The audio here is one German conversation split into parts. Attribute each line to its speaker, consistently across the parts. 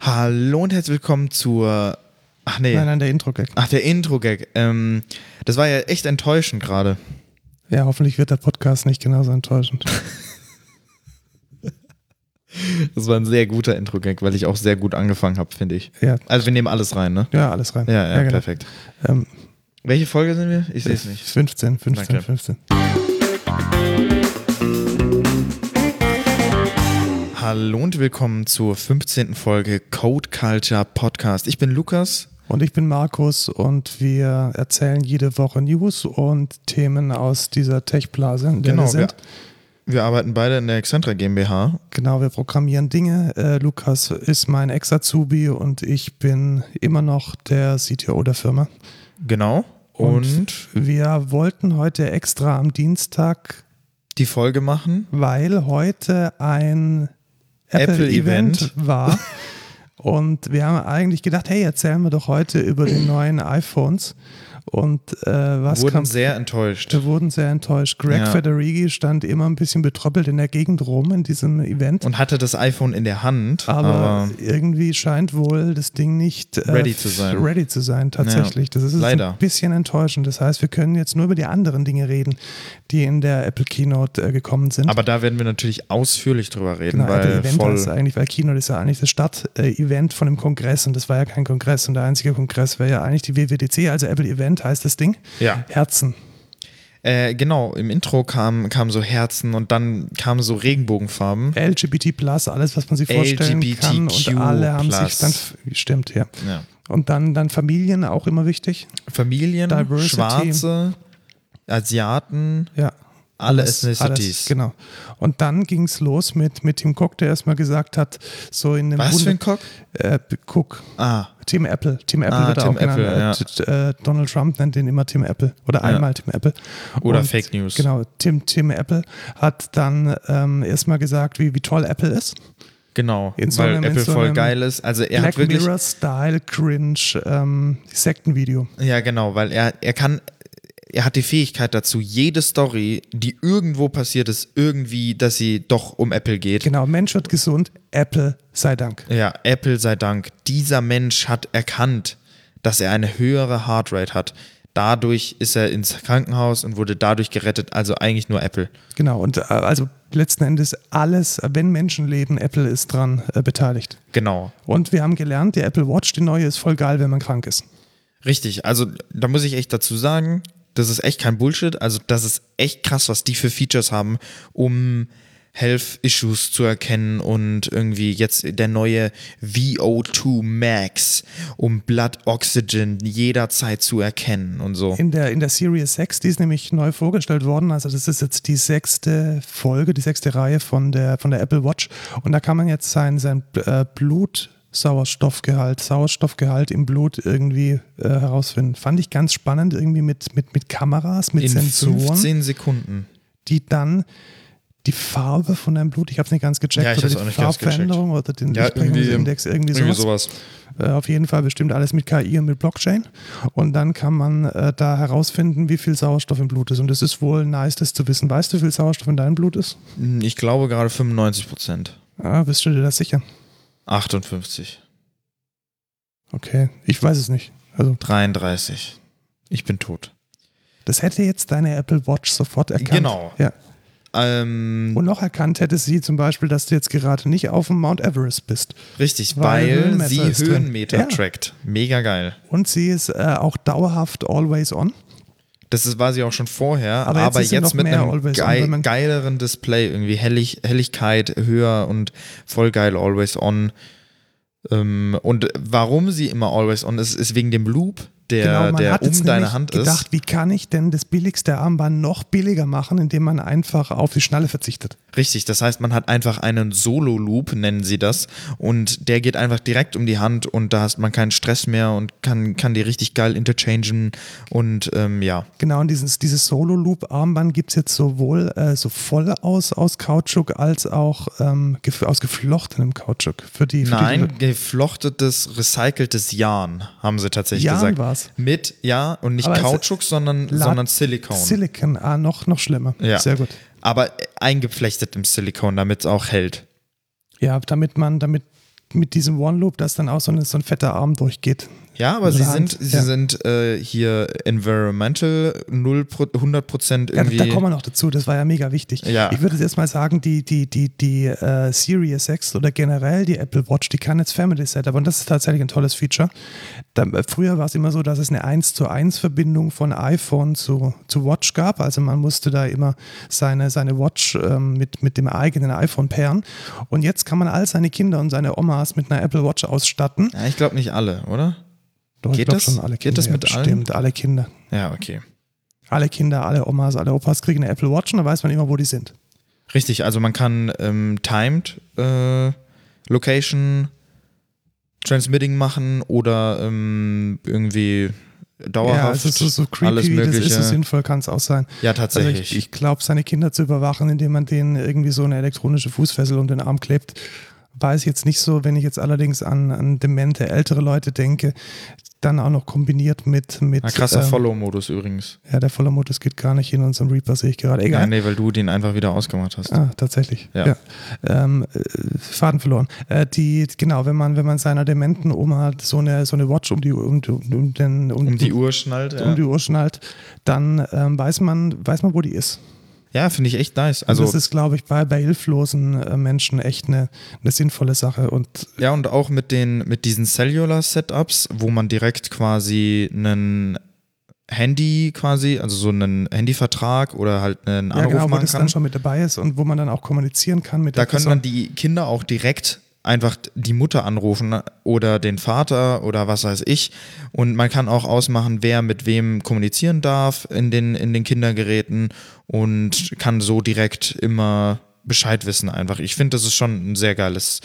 Speaker 1: Hallo und herzlich willkommen zur. Ach nee.
Speaker 2: Nein, nein, der Intro-Gag.
Speaker 1: Ach, der Intro-Gag. Ähm, das war ja echt enttäuschend gerade.
Speaker 2: Ja, hoffentlich wird der Podcast nicht genauso enttäuschend.
Speaker 1: Das war ein sehr guter Intro-Gag, weil ich auch sehr gut angefangen habe, finde ich.
Speaker 2: ja.
Speaker 1: Also, wir nehmen alles rein, ne?
Speaker 2: ja, alles rein.
Speaker 1: Ja, ja,
Speaker 2: genau.
Speaker 1: perfekt.
Speaker 2: Ähm,
Speaker 1: Welche Folge sind wir? Ich sehe es nicht.
Speaker 2: 15, 15,
Speaker 1: Danke.
Speaker 2: 15.
Speaker 1: Hallo und willkommen zur 15. Folge Code Culture Podcast. Ich bin Lukas.
Speaker 2: Und ich bin Markus und wir erzählen jede Woche News und Themen aus dieser Tech-Blase, in der wir
Speaker 1: Genau, wir,
Speaker 2: sind.
Speaker 1: wir arbeiten beide in der Excentra GmbH.
Speaker 2: Genau, wir programmieren Dinge. Äh, Lukas ist mein Ex-Azubi und ich bin immer noch der CTO der Firma.
Speaker 1: Genau. Und
Speaker 2: wir wollten heute extra am Dienstag,
Speaker 1: die Folge machen.
Speaker 2: weil heute ein
Speaker 1: Apple-Event. Oh.
Speaker 2: Apple-Event war. Und wir haben eigentlich gedacht, hey, erzählen wir doch heute über die neuen iPhones. Und äh, was
Speaker 1: wurden
Speaker 2: kam?
Speaker 1: sehr enttäuscht.
Speaker 2: Wir wurden sehr enttäuscht. Greg
Speaker 1: Ja.
Speaker 2: Federighi stand immer ein bisschen betröppelt in der Gegend rum in diesem Event.
Speaker 1: Und hatte das iPhone in der Hand.
Speaker 2: Aber irgendwie scheint wohl das Ding nicht äh,
Speaker 1: Ready zu sein.
Speaker 2: Ready zu sein, tatsächlich.
Speaker 1: Ja,
Speaker 2: das ist jetzt
Speaker 1: leider.
Speaker 2: ein bisschen enttäuschend. Das heißt, wir können jetzt nur über die anderen Dinge reden, die in der Apple Keynote äh, gekommen sind.
Speaker 1: Aber da werden wir natürlich ausführlich drüber reden,
Speaker 2: Genau, Apple
Speaker 1: weil
Speaker 2: Event heißt
Speaker 1: voll.
Speaker 2: eigentlich, weil Keynote ist ja eigentlich das Stadt-Event von dem Kongress und das war ja kein Kongress und der einzige Kongress wäre ja eigentlich die WWDC, also Apple Event heißt das Ding.
Speaker 1: Ja.
Speaker 2: Herzen.
Speaker 1: Äh, genau, im Intro kamen kam so Herzen und dann kamen so Regenbogenfarben.
Speaker 2: LGBT Plus, alles, was man sich vorstellen kann und
Speaker 1: LGBTQ+.
Speaker 2: alle haben sich dann, stimmt, ja.
Speaker 1: Ja.
Speaker 2: Und dann, dann Familien, auch immer wichtig.
Speaker 1: Familien,
Speaker 2: Diversity.
Speaker 1: Schwarze, Asiaten,
Speaker 2: Ja.
Speaker 1: alle
Speaker 2: Alles- alles,
Speaker 1: Ethnicities.
Speaker 2: Genau. Und dann ging es los mit, mit Tim Cook, der erstmal gesagt hat, so in einem
Speaker 1: Was für ein
Speaker 2: Bunde-
Speaker 1: Cock?
Speaker 2: äh, Cook.
Speaker 1: Ah,
Speaker 2: Tim Apple. Tim Apple
Speaker 1: Ah,
Speaker 2: wird er
Speaker 1: Tim
Speaker 2: auch genannt.
Speaker 1: Apple, ja.
Speaker 2: Äh, t- äh, Donald Trump nennt den immer Tim Apple oder einmal Tim Apple.
Speaker 1: Oder Fake News.
Speaker 2: Genau, Tim, Tim Apple hat dann ähm, erstmal gesagt, wie, wie toll Apple ist.
Speaker 1: genau.
Speaker 2: In so
Speaker 1: weil
Speaker 2: einem- in
Speaker 1: Apple
Speaker 2: so
Speaker 1: voll
Speaker 2: einem
Speaker 1: geil ist. Also er
Speaker 2: Black
Speaker 1: hat wirklich.
Speaker 2: Mirror Style Cringe ähm, Sektenvideo.
Speaker 1: Ja, genau, weil er, er kann, er hat die Fähigkeit dazu, jede Story, die irgendwo passiert ist, irgendwie, dass sie doch um Apple geht.
Speaker 2: Genau, Mensch wird gesund, Apple sei Dank.
Speaker 1: Ja, Apple sei Dank, dieser Mensch hat erkannt, dass er eine höhere Heartrate hat. Dadurch ist er ins Krankenhaus und wurde dadurch gerettet, also eigentlich nur Apple.
Speaker 2: Genau, und äh, also letzten Endes alles, äh, wenn Menschen leben, Apple ist dran äh, beteiligt.
Speaker 1: Genau.
Speaker 2: Und wir haben gelernt, die Apple Watch, die neue, ist voll geil, wenn man krank ist.
Speaker 1: Richtig, also da muss ich echt dazu sagen, das ist echt kein Bullshit. Also das ist echt krass, was die für Features haben, um Health Issues zu erkennen und irgendwie jetzt der neue VO2 Max, um Blood Oxygen jederzeit zu erkennen und so.
Speaker 2: In der, in der Series 6, die ist nämlich neu vorgestellt worden. Also, das ist jetzt die sechste Folge, die sechste Reihe von der, von der Apple Watch. Und da kann man jetzt sein, sein äh, Blutsauerstoffgehalt, Sauerstoffgehalt im Blut irgendwie äh, herausfinden. Fand ich ganz spannend, irgendwie mit, mit, mit Kameras, mit
Speaker 1: In
Speaker 2: Sensoren,
Speaker 1: 15 Sekunden.
Speaker 2: die dann die Farbe von deinem Blut, ich habe es nicht ganz gecheckt,
Speaker 1: Ja, ich
Speaker 2: oder
Speaker 1: hab's
Speaker 2: die
Speaker 1: auch nicht ganz
Speaker 2: Farbveränderung oder den
Speaker 1: Ja,
Speaker 2: Lichtbrechungsindex, irgendwie,
Speaker 1: Irgendwie
Speaker 2: sowas.
Speaker 1: sowas.
Speaker 2: Äh, auf jeden Fall bestimmt alles mit KI und mit Blockchain. Und dann kann man äh, da herausfinden, wie viel Sauerstoff im Blut ist. Und es ist wohl nice, das zu wissen. Weißt du, wie viel Sauerstoff in deinem Blut ist?
Speaker 1: Hm, Ich glaube gerade 95 Prozent.
Speaker 2: Ah, bist du dir das sicher?
Speaker 1: 58.
Speaker 2: Okay, ich weiß es nicht. Also,
Speaker 1: 33. Ich bin tot.
Speaker 2: das hätte jetzt deine Apple Watch sofort erkannt.
Speaker 1: Genau.
Speaker 2: Ja.
Speaker 1: Ähm,
Speaker 2: Und noch erkannt hätte sie zum Beispiel, dass du jetzt gerade nicht auf dem Mount Everest bist.
Speaker 1: Richtig,
Speaker 2: Weil
Speaker 1: weil,
Speaker 2: Höhenmeter
Speaker 1: sie
Speaker 2: ist drin.
Speaker 1: Höhenmeter
Speaker 2: Ja.
Speaker 1: trackt. Mega geil.
Speaker 2: Und sie ist äh, auch dauerhaft always on.
Speaker 1: Das ist, war sie auch schon vorher, aber
Speaker 2: Aber jetzt
Speaker 1: jetzt,
Speaker 2: ist sie noch
Speaker 1: mit
Speaker 2: mehr
Speaker 1: einem
Speaker 2: Always On,
Speaker 1: gei
Speaker 2: wenn man-
Speaker 1: geileren Display, irgendwie Hellig Helligkeit höher und voll geil Always On. Ähm, und warum sie immer Always On ist, ist wegen dem Loop, der,
Speaker 2: Genau, man
Speaker 1: der
Speaker 2: hat
Speaker 1: um
Speaker 2: jetzt
Speaker 1: deine
Speaker 2: nämlich
Speaker 1: Hand
Speaker 2: gedacht, wie kann ich denn das billigste Armband noch billiger machen, indem man einfach auf die Schnalle verzichtet?
Speaker 1: ist. Richtig, das heißt, man hat einfach einen Solo-Loop, nennen sie das, und der geht einfach direkt um die Hand und da hast man keinen Stress mehr und kann, kann die richtig geil interchangen und ähm, ja.
Speaker 2: Genau, und dieses, dieses Solo-Loop-Armband gibt es jetzt sowohl äh, so voll aus, aus Kautschuk als auch ähm, gef aus geflochtenem Kautschuk. Für die, für
Speaker 1: Nein,
Speaker 2: Die,
Speaker 1: geflochtetes, recyceltes Yarn, haben sie tatsächlich
Speaker 2: Yarn
Speaker 1: gesagt.
Speaker 2: war's.
Speaker 1: Mit, ja, und nicht
Speaker 2: Aber es-
Speaker 1: Kautschuk, sondern,
Speaker 2: La-
Speaker 1: sondern Silikon.
Speaker 2: Silicon, ah, noch, noch schlimmer.
Speaker 1: ja.
Speaker 2: Sehr gut.
Speaker 1: Aber eingeflechtet im Silikon, damit es auch hält.
Speaker 2: Ja, damit man, damit mit diesem One Loop, dass dann auch so, eine, so ein fetter Arm durchgeht.
Speaker 1: Ja, aber
Speaker 2: Mit
Speaker 1: sie
Speaker 2: der Hand,
Speaker 1: sind, sie
Speaker 2: ja.
Speaker 1: sind äh, hier environmental 0, 100%
Speaker 2: Ja,
Speaker 1: irgendwie.
Speaker 2: da kommen wir noch dazu, das war ja mega wichtig.
Speaker 1: Ja.
Speaker 2: Ich würde jetzt mal sagen, die, die, die, die äh, Series X oder generell die Apple Watch, die kann jetzt Family Setup und das ist tatsächlich ein tolles Feature. Da, äh, früher war es immer so, dass es eine 1 zu 1 Verbindung von iPhone zu, zu Watch gab. Also man musste da immer seine, seine Watch ähm, mit, mit dem eigenen iPhone pairen. Und jetzt kann man all seine Kinder und seine Omas mit einer Apple Watch ausstatten.
Speaker 1: ja, ich glaube nicht alle, oder?
Speaker 2: Doch,
Speaker 1: Geht
Speaker 2: ich glaub
Speaker 1: das?
Speaker 2: schon alle
Speaker 1: Geht
Speaker 2: Kinder.
Speaker 1: das mit
Speaker 2: ja,
Speaker 1: allen?
Speaker 2: Stimmt, alle Kinder.
Speaker 1: Ja, okay.
Speaker 2: Alle Kinder, alle Omas, alle Opas kriegen eine Apple Watch und dann weiß man immer, wo die sind.
Speaker 1: Richtig, also man kann ähm, Timed äh, Location Transmitting machen oder ähm, irgendwie dauerhaft.
Speaker 2: Ja, es ist so, so creepy,
Speaker 1: alles Mögliche.
Speaker 2: das ist so sinnvoll, kann es auch sein.
Speaker 1: ja,
Speaker 2: Also
Speaker 1: tatsächlich.
Speaker 2: ich, ich glaube, seine Kinder zu überwachen, indem man denen irgendwie so eine elektronische Fußfessel um den Arm klebt, weiß ich jetzt nicht so. Wenn ich jetzt allerdings an, an demente ältere Leute denke, dann auch noch kombiniert mit... mit
Speaker 1: Na, krasser
Speaker 2: ähm,
Speaker 1: Follow-Modus übrigens.
Speaker 2: Ja, der voller Modus geht gar nicht in unserem Reaper, sehe ich gerade.
Speaker 1: Ja,
Speaker 2: Egal.
Speaker 1: nee, weil du den einfach wieder ausgemacht hast.
Speaker 2: Ah, tatsächlich.
Speaker 1: Ja.
Speaker 2: Ja. Ähm, äh, Faden verloren. Äh, die, genau, wenn man, wenn man seiner dementen Oma so eine, so eine Watch um die, um, um, um, den,
Speaker 1: Um die Uhr schnallt. Ja,
Speaker 2: um die Uhr schnallt, dann ähm, weiß, man, weiß man, wo die ist.
Speaker 1: ja finde ich echt nice.
Speaker 2: Also
Speaker 1: Also,
Speaker 2: das ist, glaube ich, bei, bei hilflosen äh, Menschen echt eine, eine sinnvolle Sache. Und
Speaker 1: Ja, und auch mit den mit diesen Cellular-Setups, wo man direkt quasi einen Handy quasi, also so einen Handyvertrag oder halt einen
Speaker 2: ja,
Speaker 1: Anruf
Speaker 2: genau, wo
Speaker 1: machen
Speaker 2: das dann
Speaker 1: kann.
Speaker 2: schon mit dabei ist und wo man dann auch kommunizieren kann mit
Speaker 1: Da
Speaker 2: der
Speaker 1: können
Speaker 2: Person.
Speaker 1: dann die Kinder auch direkt einfach die Mutter anrufen oder den Vater oder was weiß ich. Und man kann auch ausmachen, wer mit wem kommunizieren darf in den, in den Kindergeräten und kann so direkt immer Bescheid wissen einfach. Ich finde, das ist schon ein sehr geiles,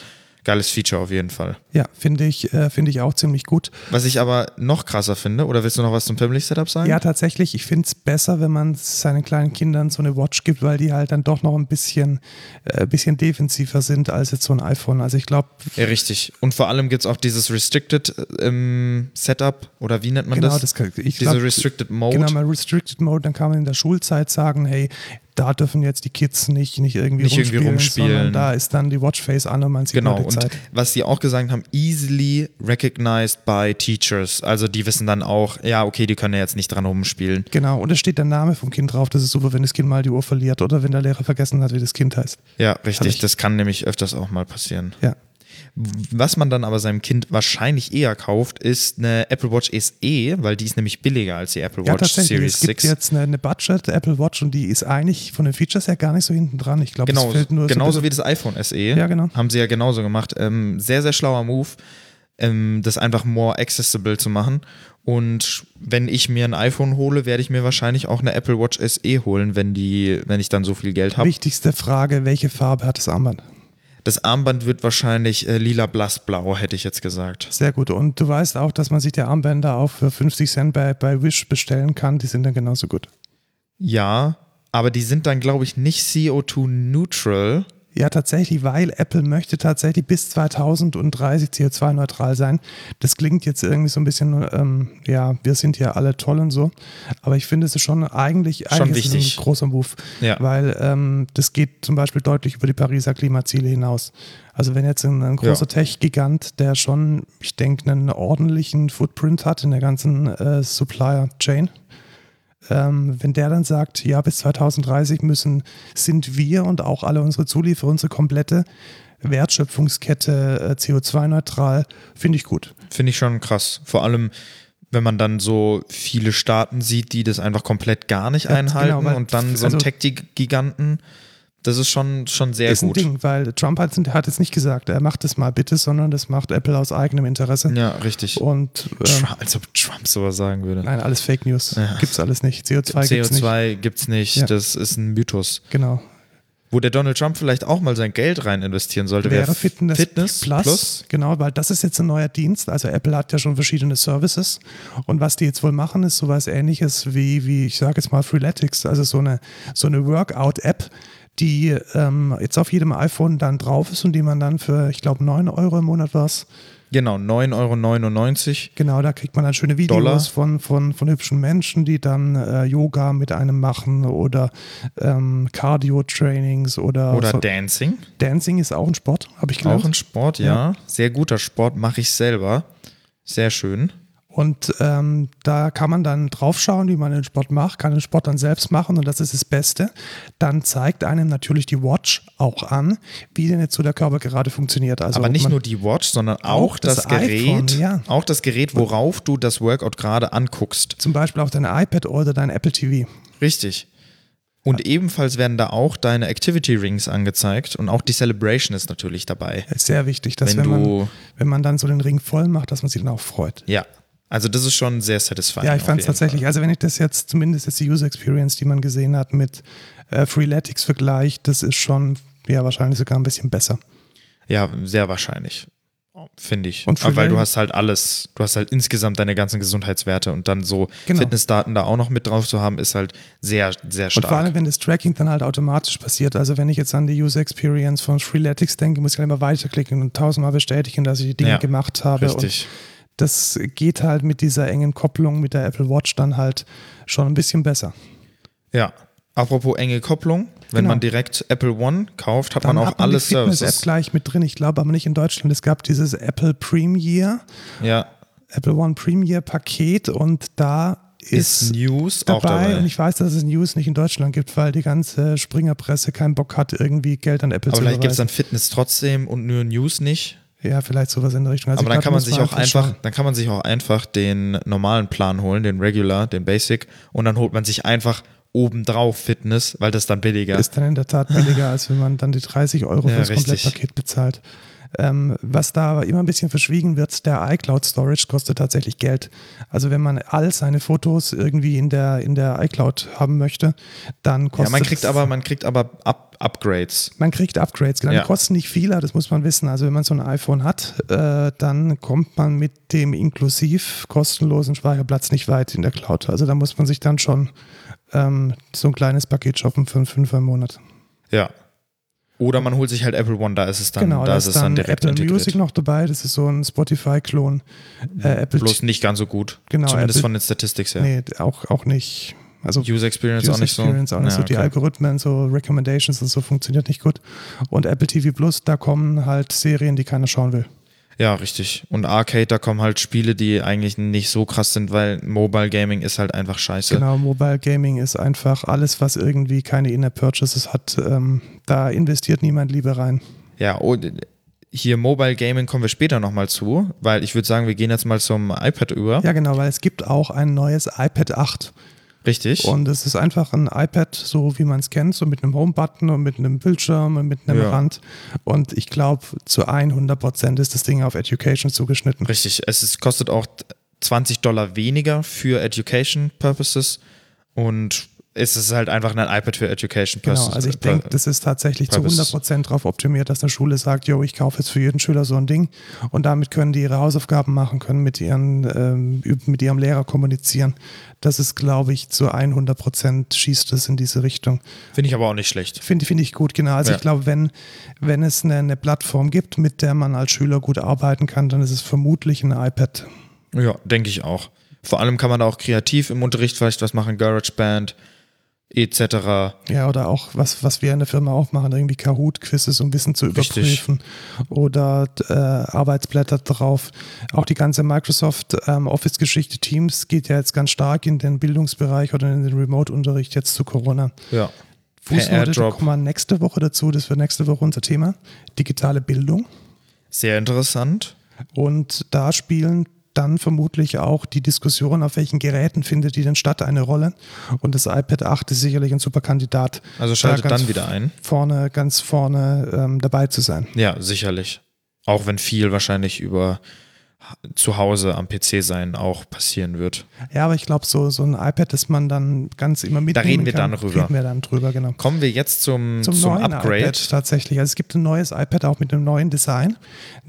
Speaker 1: geiles Feature auf jeden Fall.
Speaker 2: Ja, finde ich, äh, finde ich auch ziemlich gut.
Speaker 1: Was ich aber noch krasser finde, oder willst du noch was zum Family Setup sagen?
Speaker 2: Ja, tatsächlich, ich finde es besser, wenn man seinen kleinen Kindern so eine Watch gibt, weil die halt dann doch noch ein bisschen, äh, bisschen defensiver sind als jetzt so ein iPhone. Also ich glaube,
Speaker 1: Ja, richtig. Und vor allem gibt es auch dieses Restricted ähm, Setup, oder wie nennt man
Speaker 2: genau,
Speaker 1: das?
Speaker 2: das kann, ich
Speaker 1: Diese
Speaker 2: glaub,
Speaker 1: Restricted Mode.
Speaker 2: Genau, mal Restricted Mode, dann kann man in der Schulzeit sagen, hey, da dürfen jetzt die Kids nicht, nicht irgendwie
Speaker 1: Nicht irgendwie
Speaker 2: rumspielen,
Speaker 1: rumspielen.
Speaker 2: sondern da ist dann die Watchface an und man sieht
Speaker 1: Genau,
Speaker 2: nur die
Speaker 1: und
Speaker 2: Zeit.
Speaker 1: was sie auch gesagt haben, easily recognized by teachers. Also die wissen dann auch, ja, okay, die können ja jetzt nicht dran rumspielen.
Speaker 2: Genau, und es steht der Name vom Kind drauf, das ist super, wenn das Kind mal die Uhr verliert oder wenn der Lehrer vergessen hat, wie das Kind heißt.
Speaker 1: Ja,
Speaker 2: Hab
Speaker 1: richtig.
Speaker 2: ich.
Speaker 1: Das kann nämlich öfters auch mal passieren.
Speaker 2: Ja.
Speaker 1: Was man dann aber seinem Kind wahrscheinlich eher kauft, ist eine Apple Watch SE, weil die ist nämlich billiger als die Apple
Speaker 2: Ja,
Speaker 1: Watch
Speaker 2: tatsächlich.
Speaker 1: Series
Speaker 2: es gibt
Speaker 1: 6.
Speaker 2: jetzt eine, eine Budget Apple Watch und die ist eigentlich von den Features her gar nicht so hinten dran. Ich glaube,
Speaker 1: Genau,
Speaker 2: es fällt nur
Speaker 1: genauso
Speaker 2: so
Speaker 1: wie das iPhone SE.
Speaker 2: Ja, genau.
Speaker 1: Haben sie ja genauso gemacht. Ähm, sehr, sehr schlauer Move, ähm, das einfach more accessible zu machen. Und wenn ich mir ein iPhone hole, werde ich mir wahrscheinlich auch eine Apple Watch SE holen, wenn, die, wenn ich dann so viel Geld habe.
Speaker 2: Wichtigste Frage, welche Farbe hat das Armband?
Speaker 1: Das Armband wird wahrscheinlich äh, lila blassblau, hätte ich jetzt gesagt.
Speaker 2: Sehr gut. Und du weißt auch, dass man sich die Armbänder auch für 50 Cent bei, bei Wish bestellen kann. Die sind dann genauso gut.
Speaker 1: Ja, aber die sind dann, glaube ich, nicht CO2-neutral.
Speaker 2: Ja, tatsächlich, weil Apple möchte tatsächlich bis 2030 CO2-neutral sein. Das klingt jetzt irgendwie so ein bisschen, ähm, ja, wir sind ja alle toll und so, aber ich finde es ist schon eigentlich,
Speaker 1: Schon
Speaker 2: eigentlich ist es
Speaker 1: wichtig.
Speaker 2: ein großer Move,
Speaker 1: Ja.
Speaker 2: weil ähm, das geht zum Beispiel deutlich über die Pariser Klimaziele hinaus. Also wenn jetzt ein, ein großer
Speaker 1: Ja.
Speaker 2: Tech-Gigant, der schon, ich denke, einen ordentlichen Footprint hat in der ganzen äh, Supplier-Chain, ähm, wenn der dann sagt, ja, bis 2030 müssen, sind wir und auch alle unsere Zulieferer, unsere komplette Wertschöpfungskette äh, CO2-neutral, finde ich gut.
Speaker 1: Finde ich schon krass. Vor allem, wenn man dann so viele Staaten sieht, die das einfach komplett gar nicht
Speaker 2: Ja,
Speaker 1: einhalten
Speaker 2: genau, weil-
Speaker 1: und dann so ein
Speaker 2: also-
Speaker 1: Tech-Giganten, das ist schon, schon sehr
Speaker 2: ist ein
Speaker 1: gut.
Speaker 2: Ding, weil Trump hat, hat jetzt nicht gesagt, er macht es mal bitte, sondern das macht Apple aus eigenem Interesse.
Speaker 1: Ja, richtig.
Speaker 2: Und ähm,
Speaker 1: Trump, als ob Trump sowas sagen würde.
Speaker 2: nein, alles Fake News. Gibt's alles nicht. CO2, gibt's nicht.
Speaker 1: CO2 gibt's nicht,
Speaker 2: Ja.
Speaker 1: das ist ein Mythos.
Speaker 2: Genau.
Speaker 1: Wo der Donald Trump vielleicht auch mal sein Geld rein investieren sollte,
Speaker 2: Wäre Fitness,
Speaker 1: Fitness
Speaker 2: Plus,
Speaker 1: Plus.
Speaker 2: Genau, weil das ist jetzt ein neuer Dienst. Also Apple hat ja schon verschiedene Services. Und was die jetzt wohl machen, ist sowas ähnliches wie, wie ich sage jetzt mal, Freeletics, also so eine, so eine Workout-App, die ähm, jetzt auf jedem iPhone dann drauf ist und die man dann für, ich glaube, 9 Euro im Monat war
Speaker 1: Genau, 9,99 Euro.
Speaker 2: Genau, da kriegt man dann schöne Videos
Speaker 1: Dollar.
Speaker 2: Von, von, von hübschen Menschen, die dann äh, Yoga mit einem machen oder ähm, Cardio-Trainings oder,
Speaker 1: Oder
Speaker 2: so.
Speaker 1: Dancing.
Speaker 2: Dancing ist auch ein Sport, habe ich gelernt.
Speaker 1: Auch ein Sport, ja. Sehr guter Sport, mache ich selber. Sehr schön.
Speaker 2: Und ähm, da kann man dann draufschauen, wie man den Sport macht, kann den Sport dann selbst machen und das ist das Beste. Dann zeigt einem natürlich die Watch auch an, wie denn jetzt so der Körper gerade funktioniert. Also
Speaker 1: Aber
Speaker 2: ob
Speaker 1: nicht
Speaker 2: man,
Speaker 1: nur die Watch, sondern auch,
Speaker 2: Auch
Speaker 1: das,
Speaker 2: das iPhone,
Speaker 1: Gerät.
Speaker 2: ja.
Speaker 1: Auch das Gerät, worauf du das Workout gerade anguckst.
Speaker 2: zum Beispiel auch dein iPad oder dein Apple TV.
Speaker 1: Richtig. Und ebenfalls werden da auch deine Activity Rings angezeigt und auch die Celebration ist natürlich dabei.
Speaker 2: Ist sehr wichtig, dass
Speaker 1: Wenn
Speaker 2: wenn,
Speaker 1: du-
Speaker 2: man, wenn man dann so den Ring voll macht, dass man sich dann auch freut.
Speaker 1: Ja. Also das ist schon sehr satisfying.
Speaker 2: Ja, ich
Speaker 1: auf
Speaker 2: fand es
Speaker 1: jeden
Speaker 2: tatsächlich, also wenn ich das jetzt zumindest jetzt die User Experience, die man gesehen hat, mit äh, Freeletics vergleicht, das ist schon ja wahrscheinlich sogar ein bisschen besser.
Speaker 1: Fall. Ja, sehr wahrscheinlich. Finde ich.
Speaker 2: Und
Speaker 1: Aber weil du
Speaker 2: vielleicht-
Speaker 1: hast halt alles, du hast halt insgesamt deine ganzen Gesundheitswerte und dann so
Speaker 2: Genau.
Speaker 1: Fitnessdaten da auch noch mit drauf zu haben, ist halt sehr, sehr
Speaker 2: Und
Speaker 1: stark.
Speaker 2: vor allem, wenn das Tracking dann halt automatisch passiert. Also wenn ich jetzt an die User Experience von Freeletics denke, muss ich dann immer weiterklicken und tausendmal bestätigen, dass ich die Dinge
Speaker 1: Ja,
Speaker 2: gemacht habe. Und
Speaker 1: Richtig.
Speaker 2: das geht halt mit dieser engen Kopplung mit der Apple Watch dann halt schon ein bisschen besser.
Speaker 1: Ja. Apropos enge Kopplung, wenn
Speaker 2: Genau.
Speaker 1: man direkt Apple One kauft, hat
Speaker 2: Dann
Speaker 1: man auch
Speaker 2: hat man
Speaker 1: alle
Speaker 2: die Fitness App
Speaker 1: Services.
Speaker 2: gleich mit drin. Ich glaube aber nicht in Deutschland. Es gab dieses Apple Premier,
Speaker 1: Ja.
Speaker 2: Apple One Premier Paket und da ist,
Speaker 1: Ist News auch
Speaker 2: dabei,
Speaker 1: dabei.
Speaker 2: und ich weiß, dass es News nicht in Deutschland gibt, weil die ganze Springerpresse keinen Bock hat, irgendwie Geld an Apple
Speaker 1: Aber
Speaker 2: zu
Speaker 1: vielleicht gibt es
Speaker 2: überweisen.
Speaker 1: dann Fitness trotzdem und nur News nicht.
Speaker 2: Ja, vielleicht sowas in der Richtung. Also
Speaker 1: Aber dann
Speaker 2: ich glaub,
Speaker 1: kann man
Speaker 2: muss
Speaker 1: sich auch
Speaker 2: halt
Speaker 1: einfach,
Speaker 2: schauen.
Speaker 1: dann kann man sich auch einfach den normalen Plan holen, den Regular, den Basic, und dann holt man sich einfach obendrauf Fitness, weil das dann billiger ist.
Speaker 2: Ist dann in der Tat billiger, als wenn man dann die 30 Euro
Speaker 1: Ja,
Speaker 2: für das
Speaker 1: richtig.
Speaker 2: Komplettpaket bezahlt. Ähm, was da aber immer ein bisschen verschwiegen wird, der iCloud Storage kostet tatsächlich Geld. Also wenn man all seine Fotos irgendwie in der, in der iCloud haben möchte, dann
Speaker 1: Ja,
Speaker 2: kostet
Speaker 1: man kriegt aber, man kriegt aber Up Upgrades.
Speaker 2: Man kriegt Upgrades, genau.
Speaker 1: Ja.
Speaker 2: Die kosten nicht viel, aber das muss man wissen. Also wenn man so ein iPhone hat, äh, dann kommt man mit dem inklusiv kostenlosen Speicherplatz nicht weit in der Cloud. Also da muss man sich dann schon ähm, so ein kleines Paket shoppen für einen Fünfer im Monat.
Speaker 1: Ja. Oder man holt sich halt Apple One, da ist es dann,
Speaker 2: genau,
Speaker 1: da ist es dann direkt
Speaker 2: Apple
Speaker 1: integriert. Mhm.
Speaker 2: Music noch dabei. Das ist so ein Spotify-Klon. Äh, Apple
Speaker 1: Bloß nicht ganz so gut.
Speaker 2: Genau,
Speaker 1: Zumindest
Speaker 2: Apple-
Speaker 1: von den Statistics her.
Speaker 2: nee, auch, auch nicht. Also
Speaker 1: User Experience auch
Speaker 2: User
Speaker 1: nicht so.
Speaker 2: Experience auch nicht
Speaker 1: Ja,
Speaker 2: so. Die
Speaker 1: okay.
Speaker 2: Algorithmen, so Recommendations und so funktioniert nicht gut. Und Apple TV Plus, da kommen halt Serien, die keiner schauen will.
Speaker 1: Ja, richtig. Und Arcade, da kommen halt Spiele, die eigentlich nicht so krass sind, weil Mobile Gaming ist halt einfach scheiße.
Speaker 2: Genau, Mobile Gaming ist einfach alles, was irgendwie keine In-App-Purchases hat. Ähm, da investiert niemand lieber rein.
Speaker 1: Ja, und hier Mobile Gaming kommen wir später nochmal zu, weil ich würde sagen, wir gehen jetzt mal zum iPad über.
Speaker 2: Ja, genau, weil es gibt auch ein neues iPad 8.
Speaker 1: Richtig.
Speaker 2: Und es ist einfach ein iPad, so wie man es kennt, so mit einem Home-Button und mit einem Bildschirm und mit einem
Speaker 1: Ja.
Speaker 2: Rand. Und ich glaube, zu 100 Prozent ist das Ding auf Education zugeschnitten.
Speaker 1: Richtig. Es ist, kostet auch 20 Dollar weniger für Education Purposes und es ist halt einfach ein iPad für Education
Speaker 2: Genau,
Speaker 1: Purposes. Äh,
Speaker 2: also ich denke, das ist tatsächlich zu
Speaker 1: Purpose.
Speaker 2: 100% darauf optimiert, dass eine Schule sagt, jo, ich kaufe jetzt für jeden Schüler so ein Ding und damit können die ihre Hausaufgaben machen, können mit, ihren, ähm, üb- mit ihrem Lehrer kommunizieren. Das ist, glaube ich, zu 100% schießt es in diese Richtung.
Speaker 1: Finde ich aber auch nicht schlecht.
Speaker 2: Finde find ich gut, genau. Also
Speaker 1: Ja.
Speaker 2: ich glaube, wenn, wenn es eine, eine Plattform gibt, mit der man als Schüler gut arbeiten kann, dann ist es vermutlich ein iPad.
Speaker 1: Ja, denke ich auch. Vor allem kann man da auch kreativ im Unterricht vielleicht was machen, GarageBand etc.
Speaker 2: Ja, oder auch was, was wir in der Firma auch machen, irgendwie Kahoot-Quizzes, um Wissen zu
Speaker 1: Richtig.
Speaker 2: überprüfen. Oder äh, Arbeitsblätter drauf. Auch die ganze Microsoft ähm, Office-Geschichte Teams geht ja jetzt ganz stark in den Bildungsbereich oder in den Remote-Unterricht jetzt zu Corona.
Speaker 1: Ja. Per
Speaker 2: Fußnote, da
Speaker 1: Airdrop.
Speaker 2: kommen wir nächste Woche dazu, das wird nächste Woche unser Thema, digitale Bildung.
Speaker 1: Sehr interessant.
Speaker 2: Und da spielen dann vermutlich auch die Diskussion, auf welchen Geräten findet die denn statt, eine Rolle. Und das iPad 8 ist sicherlich ein super Kandidat.
Speaker 1: Also schaltet
Speaker 2: da ganz
Speaker 1: dann wieder ein.
Speaker 2: Vorne, ganz vorne ähm, dabei zu sein.
Speaker 1: Ja, sicherlich. Auch wenn viel wahrscheinlich über zu Hause am PC sein auch passieren wird.
Speaker 2: Ja, aber ich glaube, so, so ein iPad, das man dann ganz immer mitnehmen
Speaker 1: reden wir
Speaker 2: kann,
Speaker 1: dann drüber.
Speaker 2: Reden wir dann drüber, genau.
Speaker 1: Kommen wir jetzt zum, zum,
Speaker 2: Zum, neuen
Speaker 1: Upgrade.
Speaker 2: iPad tatsächlich. Also es gibt ein neues iPad auch mit einem neuen Design,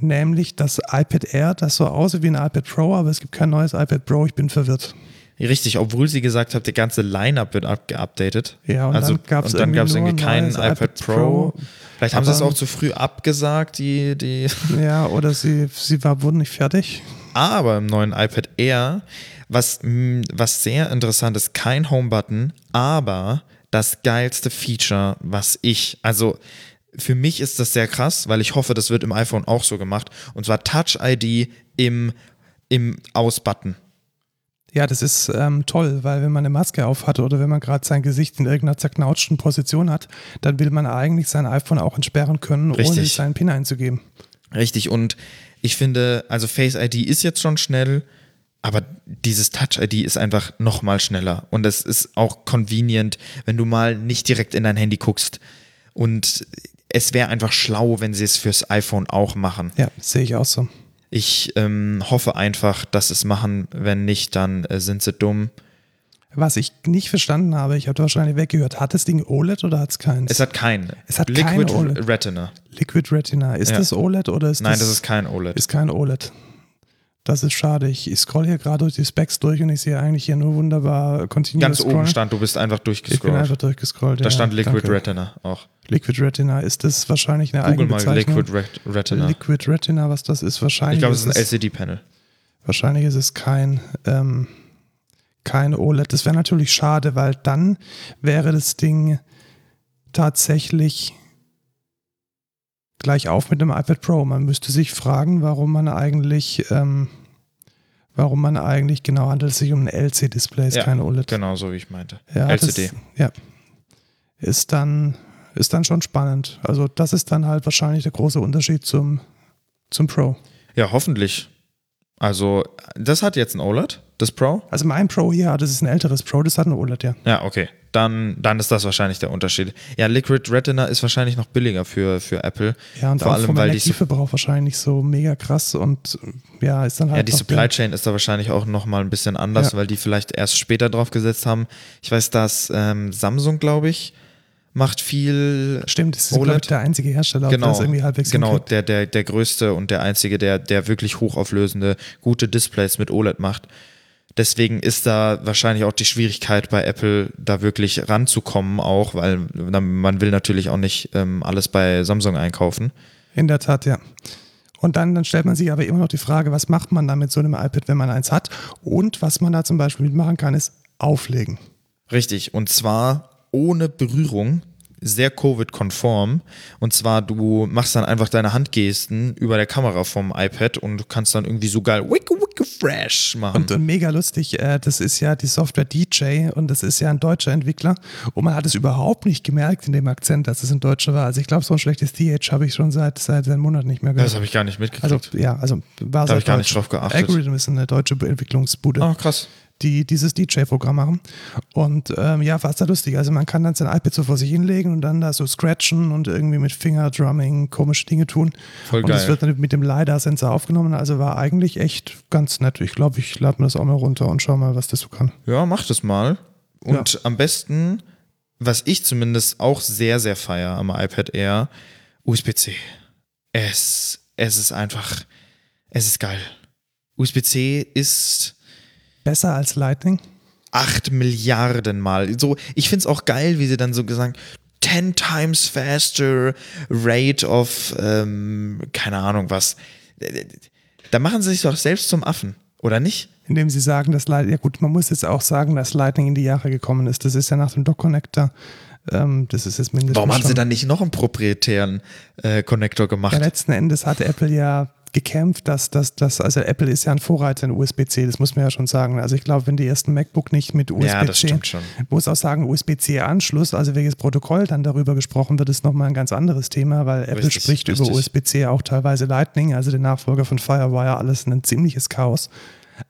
Speaker 2: nämlich das iPad Air, das so aussieht wie ein iPad Pro, aber es gibt kein neues iPad Pro. Ich bin verwirrt.
Speaker 1: Richtig, obwohl sie gesagt hat, der ganze Line-Up wird abgeupdatet.
Speaker 2: Ja, und
Speaker 1: also,
Speaker 2: dann
Speaker 1: und
Speaker 2: gab's
Speaker 1: dann
Speaker 2: irgendwie
Speaker 1: gab's irgendwie
Speaker 2: nur ein
Speaker 1: keinen
Speaker 2: neues
Speaker 1: iPad,
Speaker 2: iPad
Speaker 1: Pro.
Speaker 2: Pro.
Speaker 1: Vielleicht haben sie es
Speaker 2: Aber-
Speaker 1: auch zu früh abgesagt, die, die.
Speaker 2: Ja, oder sie, sie war, wurden nicht fertig.
Speaker 1: Aber im neuen iPad Air, was, mh, was sehr interessant ist, kein Home-Button, aber das geilste Feature, was ich, also für mich ist das sehr krass, weil ich hoffe, das wird im iPhone auch so gemacht. Und zwar Touch-ID im, im Aus-Button.
Speaker 2: Ja, das ist ähm, toll, weil wenn man eine Maske auf hat oder wenn man gerade sein Gesicht in irgendeiner zerknautschten Position hat, dann will man eigentlich sein iPhone auch entsperren können, ohne
Speaker 1: Richtig.
Speaker 2: seinen PIN einzugeben.
Speaker 1: Richtig, und ich finde, also Face ID ist jetzt schon schnell, aber dieses Touch ID ist einfach nochmal schneller. Und es ist auch convenient, wenn du mal nicht direkt in dein Handy guckst. Und es wäre einfach schlau, wenn sie es fürs iPhone auch machen.
Speaker 2: Ja, sehe ich auch so.
Speaker 1: Ich ähm, hoffe einfach, dass sie es machen. Wenn nicht, dann äh, sind sie dumm.
Speaker 2: Was ich nicht verstanden habe, ich habe da wahrscheinlich weggehört, hat das Ding OLED oder hat es keins?
Speaker 1: Es hat keinen.
Speaker 2: Es hat
Speaker 1: Liquid
Speaker 2: keine OLED.
Speaker 1: Retina.
Speaker 2: Liquid Retina. Ist
Speaker 1: Ja.
Speaker 2: das OLED oder ist
Speaker 1: Nein,
Speaker 2: E das,
Speaker 1: das, ist kein E OLED.
Speaker 2: ist kein OLED? Das ist schade. Ich scroll hier gerade durch die Specs durch und ich sehe eigentlich hier nur wunderbar Continuous
Speaker 1: Ganz oben
Speaker 2: Scrollen.
Speaker 1: stand, du bist einfach
Speaker 2: Ich bin einfach
Speaker 1: durchgescrollt.
Speaker 2: durchgescrollt.
Speaker 1: Da stand Liquid
Speaker 2: Retina.
Speaker 1: Retina auch.
Speaker 2: Liquid Retina, ist das wahrscheinlich eine
Speaker 1: Google
Speaker 2: eigene
Speaker 1: mal
Speaker 2: Bezeichnung?
Speaker 1: Liquid Ret- Retina.
Speaker 2: Liquid Retina, was das ist, wahrscheinlich,
Speaker 1: Ich glaube, es ist ein
Speaker 2: ist,
Speaker 1: LCD-Panel.
Speaker 2: es, wahrscheinlich ist es kein, ähm, kein OLED. Das wäre natürlich schade, weil dann wäre das Ding tatsächlich gleich auf mit dem iPad Pro. Man müsste sich fragen, warum man eigentlich, ähm, warum man eigentlich genau handelt es sich um ein LC-Display, ist
Speaker 1: Ja,
Speaker 2: kein OLED.
Speaker 1: Genau so, wie ich meinte.
Speaker 2: E Ja,
Speaker 1: LCD.
Speaker 2: Das, ja. Ist dann, ist dann schon spannend. Also, das ist dann halt wahrscheinlich der große Unterschied zum, zum Pro.
Speaker 1: Ja, hoffentlich. Also, das hat jetzt ein OLED, das Pro.
Speaker 2: Also, mein Pro hier, ah, das ist ein älteres Pro, das hat eine OLED, ja.
Speaker 1: Ja, okay. Dann, dann ist das wahrscheinlich der Unterschied. Ja, Liquid Retina ist wahrscheinlich noch billiger für, für Apple.
Speaker 2: Ja, und
Speaker 1: Vor
Speaker 2: auch
Speaker 1: allem,
Speaker 2: vom
Speaker 1: weil die,
Speaker 2: Energieverbrauch wahrscheinlich nicht so mega krass und ja, ist dann halt.
Speaker 1: ja, die
Speaker 2: noch
Speaker 1: Supply
Speaker 2: der-
Speaker 1: Chain ist da wahrscheinlich auch nochmal ein bisschen anders,
Speaker 2: Ja.
Speaker 1: weil die vielleicht erst später drauf gesetzt haben. Ich weiß, dass ähm, Samsung, glaube ich, macht viel
Speaker 2: Stimmt, das ist glaub ich,
Speaker 1: OLED.
Speaker 2: der einzige Hersteller, der
Speaker 1: Genau,
Speaker 2: das irgendwie halbwegs
Speaker 1: genau
Speaker 2: hinkriegt.
Speaker 1: der, der, der größte und der einzige, der, der wirklich hochauflösende, gute Displays mit OLED macht. Deswegen ist da wahrscheinlich auch die Schwierigkeit bei Apple, da wirklich ranzukommen, auch, weil na, man will natürlich auch nicht ähm, alles bei Samsung einkaufen.
Speaker 2: In der Tat, ja. Und dann, dann stellt man sich aber immer noch die Frage, was macht man da mit so einem iPad, wenn man eins hat? Und was man da zum Beispiel mitmachen kann, ist auflegen.
Speaker 1: Richtig, und zwar ohne Berührung, sehr Covid-konform. Und zwar, du machst dann einfach deine Handgesten über der Kamera vom iPad und du kannst dann irgendwie so geil wicke, wicke, fresh machen.
Speaker 2: Und, und mega lustig, äh, das ist ja die Software DJ und das ist ja ein deutscher Entwickler. Und man hat es überhaupt nicht gemerkt in dem Akzent, dass es ein Deutscher war. Also ich glaube, so ein schlechtes DH habe ich schon seit, seit einem Monat nicht mehr gehört.
Speaker 1: das habe ich gar nicht mitgekriegt.
Speaker 2: also ja, also war
Speaker 1: ich gar nicht drauf geachtet.
Speaker 2: Algorithm ist eine deutsche Entwicklungsbude
Speaker 1: Ah, krass.
Speaker 2: die dieses DJ-Programm machen. Und ähm, ja, war es da lustig. Also man kann dann sein iPad so vor sich hinlegen und dann da so scratchen und irgendwie mit Fingerdrumming komische Dinge tun.
Speaker 1: Voll
Speaker 2: Und das
Speaker 1: geil.
Speaker 2: wird dann mit dem LiDAR-Sensor aufgenommen. Also war eigentlich echt ganz nett. Ich glaube, ich lade mir das auch mal runter und schau mal, was das so kann.
Speaker 1: Ja, mach das mal. Und am besten, was ich zumindest auch sehr, sehr feier am iPad Air, USB-C. Es, es ist einfach, es ist geil. USB-C ist
Speaker 2: Besser als Lightning.
Speaker 1: 8 Milliarden Mal. So, ich finde es auch geil, wie sie dann so gesagt 10 times faster rate of, ähm, keine Ahnung was. Da machen sie sich doch selbst zum Affen, oder nicht?
Speaker 2: Indem sie sagen, dass Lightning, ja gut, man muss jetzt auch sagen, dass Lightning in die Jahre gekommen ist. Das ist ja nach dem Dock-Connector. Ähm, das ist jetzt mindestens.
Speaker 1: Warum haben sie
Speaker 2: schon-
Speaker 1: dann nicht noch einen proprietären äh, Connector gemacht?
Speaker 2: Ja, letzten Endes hat Apple ja gekämpft, dass das, dass, also Apple ist ja ein Vorreiter in USB-C, das muss man ja schon sagen. Also ich glaube, wenn die ersten MacBook nicht mit USB-C,
Speaker 1: Ja, das stimmt schon.
Speaker 2: muss auch sagen, USB-C-Anschluss, also welches Protokoll dann darüber gesprochen wird, ist nochmal ein ganz anderes Thema, weil Apple
Speaker 1: Richtig,
Speaker 2: spricht über
Speaker 1: richtig.
Speaker 2: USB-C auch teilweise Lightning, also den Nachfolger von Firewire, alles ein ziemliches Chaos.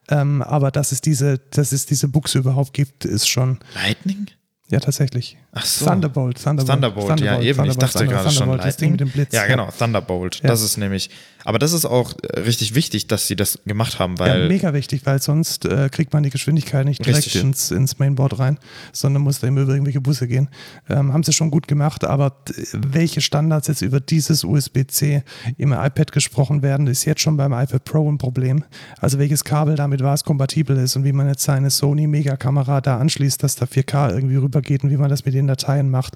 Speaker 2: Ähm, aber dass es diese, dass es diese Buchse überhaupt gibt, ist schon,
Speaker 1: Lightning?
Speaker 2: ja tatsächlich.
Speaker 1: Ach so.
Speaker 2: Thunderbolt, Thunderbolt.
Speaker 1: Thunderbolt, ja,
Speaker 2: Thunderbolt,
Speaker 1: eben. ich
Speaker 2: Thunderbolt,
Speaker 1: dachte
Speaker 2: Thunderbolt,
Speaker 1: gerade schon
Speaker 2: Thunderbolt, das Ding mit dem Blitz.
Speaker 1: Ja, genau, Thunderbolt.
Speaker 2: Ja.
Speaker 1: Das ist nämlich. Aber das ist auch äh, richtig wichtig, dass sie das gemacht haben,
Speaker 2: Ja,
Speaker 1: weil.
Speaker 2: mega wichtig, weil sonst äh, kriegt man die Geschwindigkeit nicht direkt
Speaker 1: Richtig.
Speaker 2: ins, ins Mainboard rein, sondern muss da immer über irgendwelche Busse gehen. Ähm, haben sie schon gut gemacht, aber d- welche Standards jetzt über dieses USB-C im iPad gesprochen werden, ist jetzt schon beim iPad Pro ein Problem. Also welches Kabel damit was kompatibel ist und wie man jetzt seine Sony Megakamera da anschließt, dass da 4K irgendwie rübergeht und wie man das mit den Dateien macht,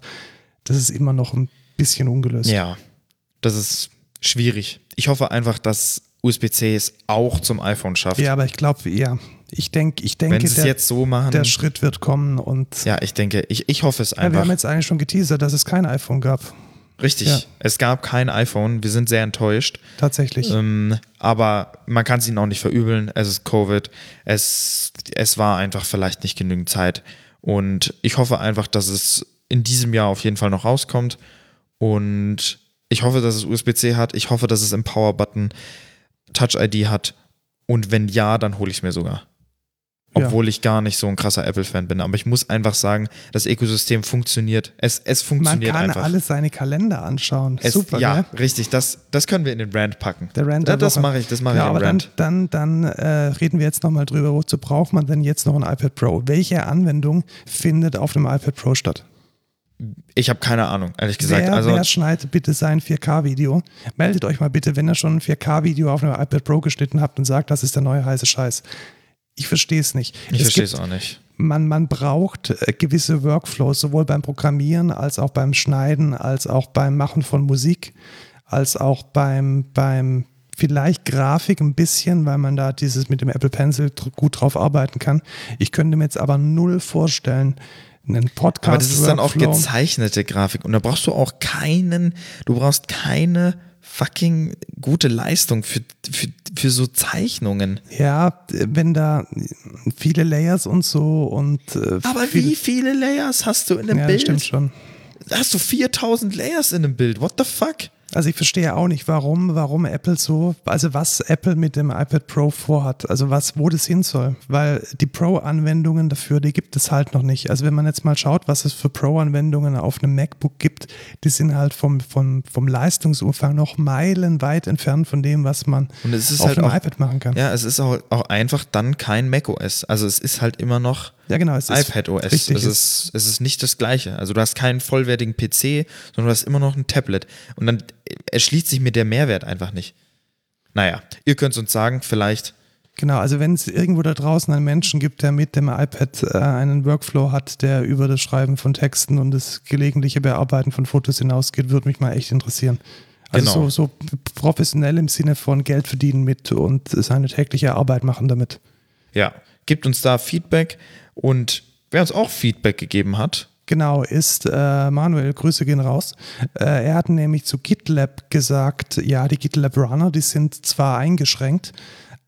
Speaker 2: das ist immer noch ein bisschen ungelöst.
Speaker 1: ja, das ist schwierig. Ich hoffe einfach, dass USB-C es auch zum iPhone schafft.
Speaker 2: Ja, aber ich glaube, ja, ich, denk, ich denke,
Speaker 1: Wenn sie es
Speaker 2: der-
Speaker 1: jetzt so machen.
Speaker 2: der Schritt wird kommen und
Speaker 1: ja, ich denke, ich, ich hoffe es
Speaker 2: Ja, wir
Speaker 1: einfach.
Speaker 2: haben jetzt eigentlich schon geteasert, dass es kein iPhone gab.
Speaker 1: richtig.
Speaker 2: ja.
Speaker 1: Es gab kein iPhone. Wir sind sehr enttäuscht.
Speaker 2: Tatsächlich.
Speaker 1: Ähm, aber man kann es ihnen auch nicht verübeln. Es ist Covid. Es, es war einfach vielleicht nicht genügend Zeit. Und ich hoffe einfach, dass es in diesem Jahr auf jeden Fall noch rauskommt. Und ich hoffe, dass es USB-C hat. Ich hoffe, dass es im Power-Button Touch-ID hat. Und wenn ja, dann hole ich es mir sogar.
Speaker 2: Ja.
Speaker 1: Obwohl ich gar nicht so ein krasser Apple-Fan bin. Aber ich muss einfach sagen, das Ökosystem funktioniert. Es, es
Speaker 2: Man
Speaker 1: funktioniert
Speaker 2: kann
Speaker 1: einfach.
Speaker 2: alle seine Kalender anschauen.
Speaker 1: es,
Speaker 2: Super,
Speaker 1: ja,
Speaker 2: gell?
Speaker 1: richtig. Das, das können wir in den Rand packen.
Speaker 2: Der Rand
Speaker 1: Ja,
Speaker 2: der
Speaker 1: das
Speaker 2: Woche.
Speaker 1: mache ich, das mache
Speaker 2: ja,
Speaker 1: ich
Speaker 2: aber
Speaker 1: im
Speaker 2: dann,
Speaker 1: Rand.
Speaker 2: dann, dann äh, reden wir jetzt nochmal drüber, wozu braucht man denn jetzt noch ein iPad Pro? Welche Anwendung findet auf dem iPad Pro statt?
Speaker 1: Ich habe keine Ahnung, ehrlich gesagt.
Speaker 2: wer,
Speaker 1: also
Speaker 2: wer schneidet bitte sein 4K-Video? Meldet euch mal bitte, wenn ihr schon ein 4K-Video auf einem iPad Pro geschnitten habt und sagt, das ist der neue heiße Scheiß. Ich verstehe es nicht.
Speaker 1: ich
Speaker 2: Es
Speaker 1: verstehe
Speaker 2: gibt
Speaker 1: es auch nicht.
Speaker 2: man, man braucht äh, gewisse Workflows, sowohl beim Programmieren als auch beim Schneiden, als auch beim Machen von Musik, als auch beim, beim vielleicht Grafik ein bisschen, weil man da dieses mit dem Apple Pencil dr- gut drauf arbeiten kann. Ich könnte mir jetzt aber null vorstellen, einen Podcast.
Speaker 1: Aber das ist dann auch
Speaker 2: Workflow-
Speaker 1: gezeichnete Grafik und da brauchst du auch keinen, du brauchst keine fucking gute Leistung für, für, für so Zeichnungen.
Speaker 2: Ja, äh, wenn da viele Layers und so und. äh,
Speaker 1: Aber
Speaker 2: viele-
Speaker 1: wie viele Layers hast du in einem
Speaker 2: Ja, das
Speaker 1: Bild?
Speaker 2: stimmt schon.
Speaker 1: Hast du 4000 Layers in einem Bild? What the fuck?
Speaker 2: Also ich verstehe auch nicht, warum, warum Apple so, also was Apple mit dem iPad Pro vorhat, also was, wo das hin soll, weil die Pro-Anwendungen dafür, die gibt es halt noch nicht. Also wenn man jetzt mal schaut, was es für Pro-Anwendungen auf einem MacBook gibt, die sind halt vom, vom, vom Leistungsumfang noch meilenweit entfernt von dem, was man
Speaker 1: Und es ist
Speaker 2: auf
Speaker 1: halt
Speaker 2: einem
Speaker 1: auch-
Speaker 2: iPad machen kann.
Speaker 1: Ja, es ist auch, auch einfach dann kein macOS. Also es ist halt immer noch
Speaker 2: Ja, genau, es ist
Speaker 1: iPadOS. Es
Speaker 2: richtig, es-
Speaker 1: ist, es ist nicht das Gleiche. Also du hast keinen vollwertigen PC, sondern du hast immer noch ein Tablet. Und dann äh, erschließt sich mir der Mehrwert einfach nicht. Naja, ihr könnt es uns sagen, vielleicht.
Speaker 2: Genau, also wenn es irgendwo da draußen einen Menschen gibt, der mit dem iPad äh, einen Workflow hat, der über das Schreiben von Texten und das gelegentliche Bearbeiten von Fotos hinausgeht, würde mich mal echt interessieren. Also
Speaker 1: Genau.
Speaker 2: so, so professionell im Sinne von Geld verdienen mit und seine tägliche Arbeit machen damit.
Speaker 1: Ja, gebt uns da Feedback. Und wer uns auch Feedback gegeben hat,
Speaker 2: Genau, ist äh, Manuel, Grüße gehen raus. Äh, er hat nämlich zu GitLab gesagt, ja, die GitLab Runner, die sind zwar eingeschränkt,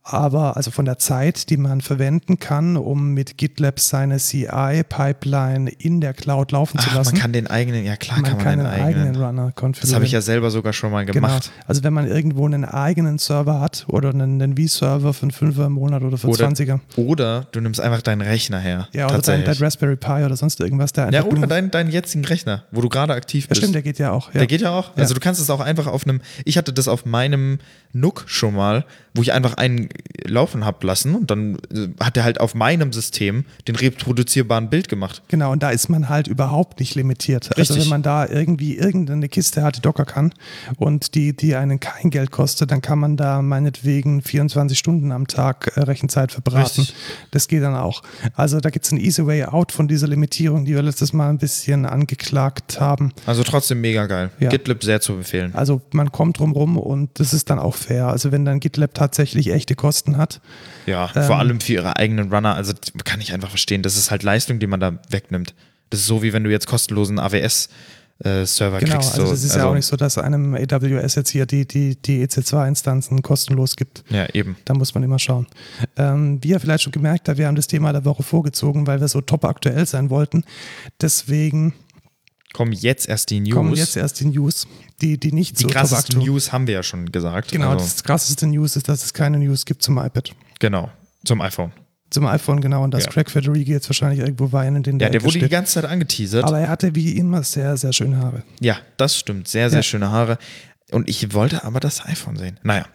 Speaker 2: aber also von der Zeit, die man verwenden kann, um mit GitLab seine CI-Pipeline in der Cloud laufen zu
Speaker 1: ach,
Speaker 2: lassen.
Speaker 1: man kann den eigenen, ja klar, kann man den
Speaker 2: einen
Speaker 1: eigenen.
Speaker 2: Runner konfigurieren.
Speaker 1: Das habe ich ja selber sogar schon mal gemacht.
Speaker 2: Genau. Also wenn man irgendwo einen eigenen Server hat oder einen, einen V-Server für einen Fünfer im Monat oder für
Speaker 1: Oder-
Speaker 2: 20er.
Speaker 1: Oder du nimmst einfach deinen Rechner her.
Speaker 2: Ja, oder dein, dein Raspberry Pi oder sonst irgendwas, der
Speaker 1: ja,
Speaker 2: einfach
Speaker 1: oder
Speaker 2: nur-
Speaker 1: deinen, deinen jetzigen Rechner, wo du gerade aktiv
Speaker 2: ja,
Speaker 1: bist.
Speaker 2: stimmt, der geht ja auch. Ja.
Speaker 1: Der geht ja auch. Also du kannst es auch einfach auf einem, ich hatte das auf meinem Nook schon mal, wo ich einfach einen laufen hab lassen und dann äh, hat er halt auf meinem System den reproduzierbaren Bild gemacht.
Speaker 2: Genau, und da ist man halt überhaupt nicht limitiert. Also
Speaker 1: Richtig.
Speaker 2: wenn man da irgendwie irgendeine Kiste hat, die docker kann und die, die einen kein Geld kostet, dann kann man da meinetwegen 24 Stunden am Tag äh, Rechenzeit verbraten.
Speaker 1: Richtig.
Speaker 2: Das geht dann auch. Also da gibt es einen easy way out von dieser Limitierung, die wir letztes Mal ein bisschen angeklagt haben.
Speaker 1: Also trotzdem mega geil.
Speaker 2: Ja.
Speaker 1: GitLab sehr zu empfehlen.
Speaker 2: Also man kommt drum rum und das ist dann auch fair. Also wenn dann GitLab tatsächlich echte Kosten hat,
Speaker 1: Ja,
Speaker 2: ähm,
Speaker 1: vor allem für ihre eigenen Runner. Also das kann ich einfach verstehen. Das ist halt Leistung, die man da wegnimmt. Das ist so, wie wenn du jetzt kostenlosen AWS-Server
Speaker 2: Genau,
Speaker 1: äh, kriegst.
Speaker 2: also
Speaker 1: so.
Speaker 2: das ist ja auch nicht so, dass einem AWS jetzt hier die, die, die E EC2-Instanzen kostenlos gibt.
Speaker 1: Ja, eben.
Speaker 2: Da muss man immer schauen. Ähm, wie ihr vielleicht schon gemerkt habt, wir haben das Thema der Woche vorgezogen, weil wir so top aktuell sein wollten. Deswegen
Speaker 1: Kommen jetzt erst die News.
Speaker 2: kommen jetzt erst die News, die, die nicht
Speaker 1: die
Speaker 2: so top
Speaker 1: krassesten
Speaker 2: aktuell
Speaker 1: News haben wir ja schon gesagt.
Speaker 2: Genau,
Speaker 1: also,
Speaker 2: das krasseste News ist, dass es keine News gibt zum iPad.
Speaker 1: genau. Zum iPhone.
Speaker 2: zum iPhone genau und das
Speaker 1: Ja.
Speaker 2: Craig Federighi jetzt wahrscheinlich irgendwo weinen in den
Speaker 1: Ja, der
Speaker 2: Ecke
Speaker 1: wurde die
Speaker 2: steht.
Speaker 1: ganze Zeit angeteasert.
Speaker 2: Äh, Aber er hatte wie immer sehr, sehr schöne Haare.
Speaker 1: Ja, das stimmt. Sehr, sehr
Speaker 2: Ja.
Speaker 1: schöne Haare. Und ich wollte aber das iPhone sehen. Naja,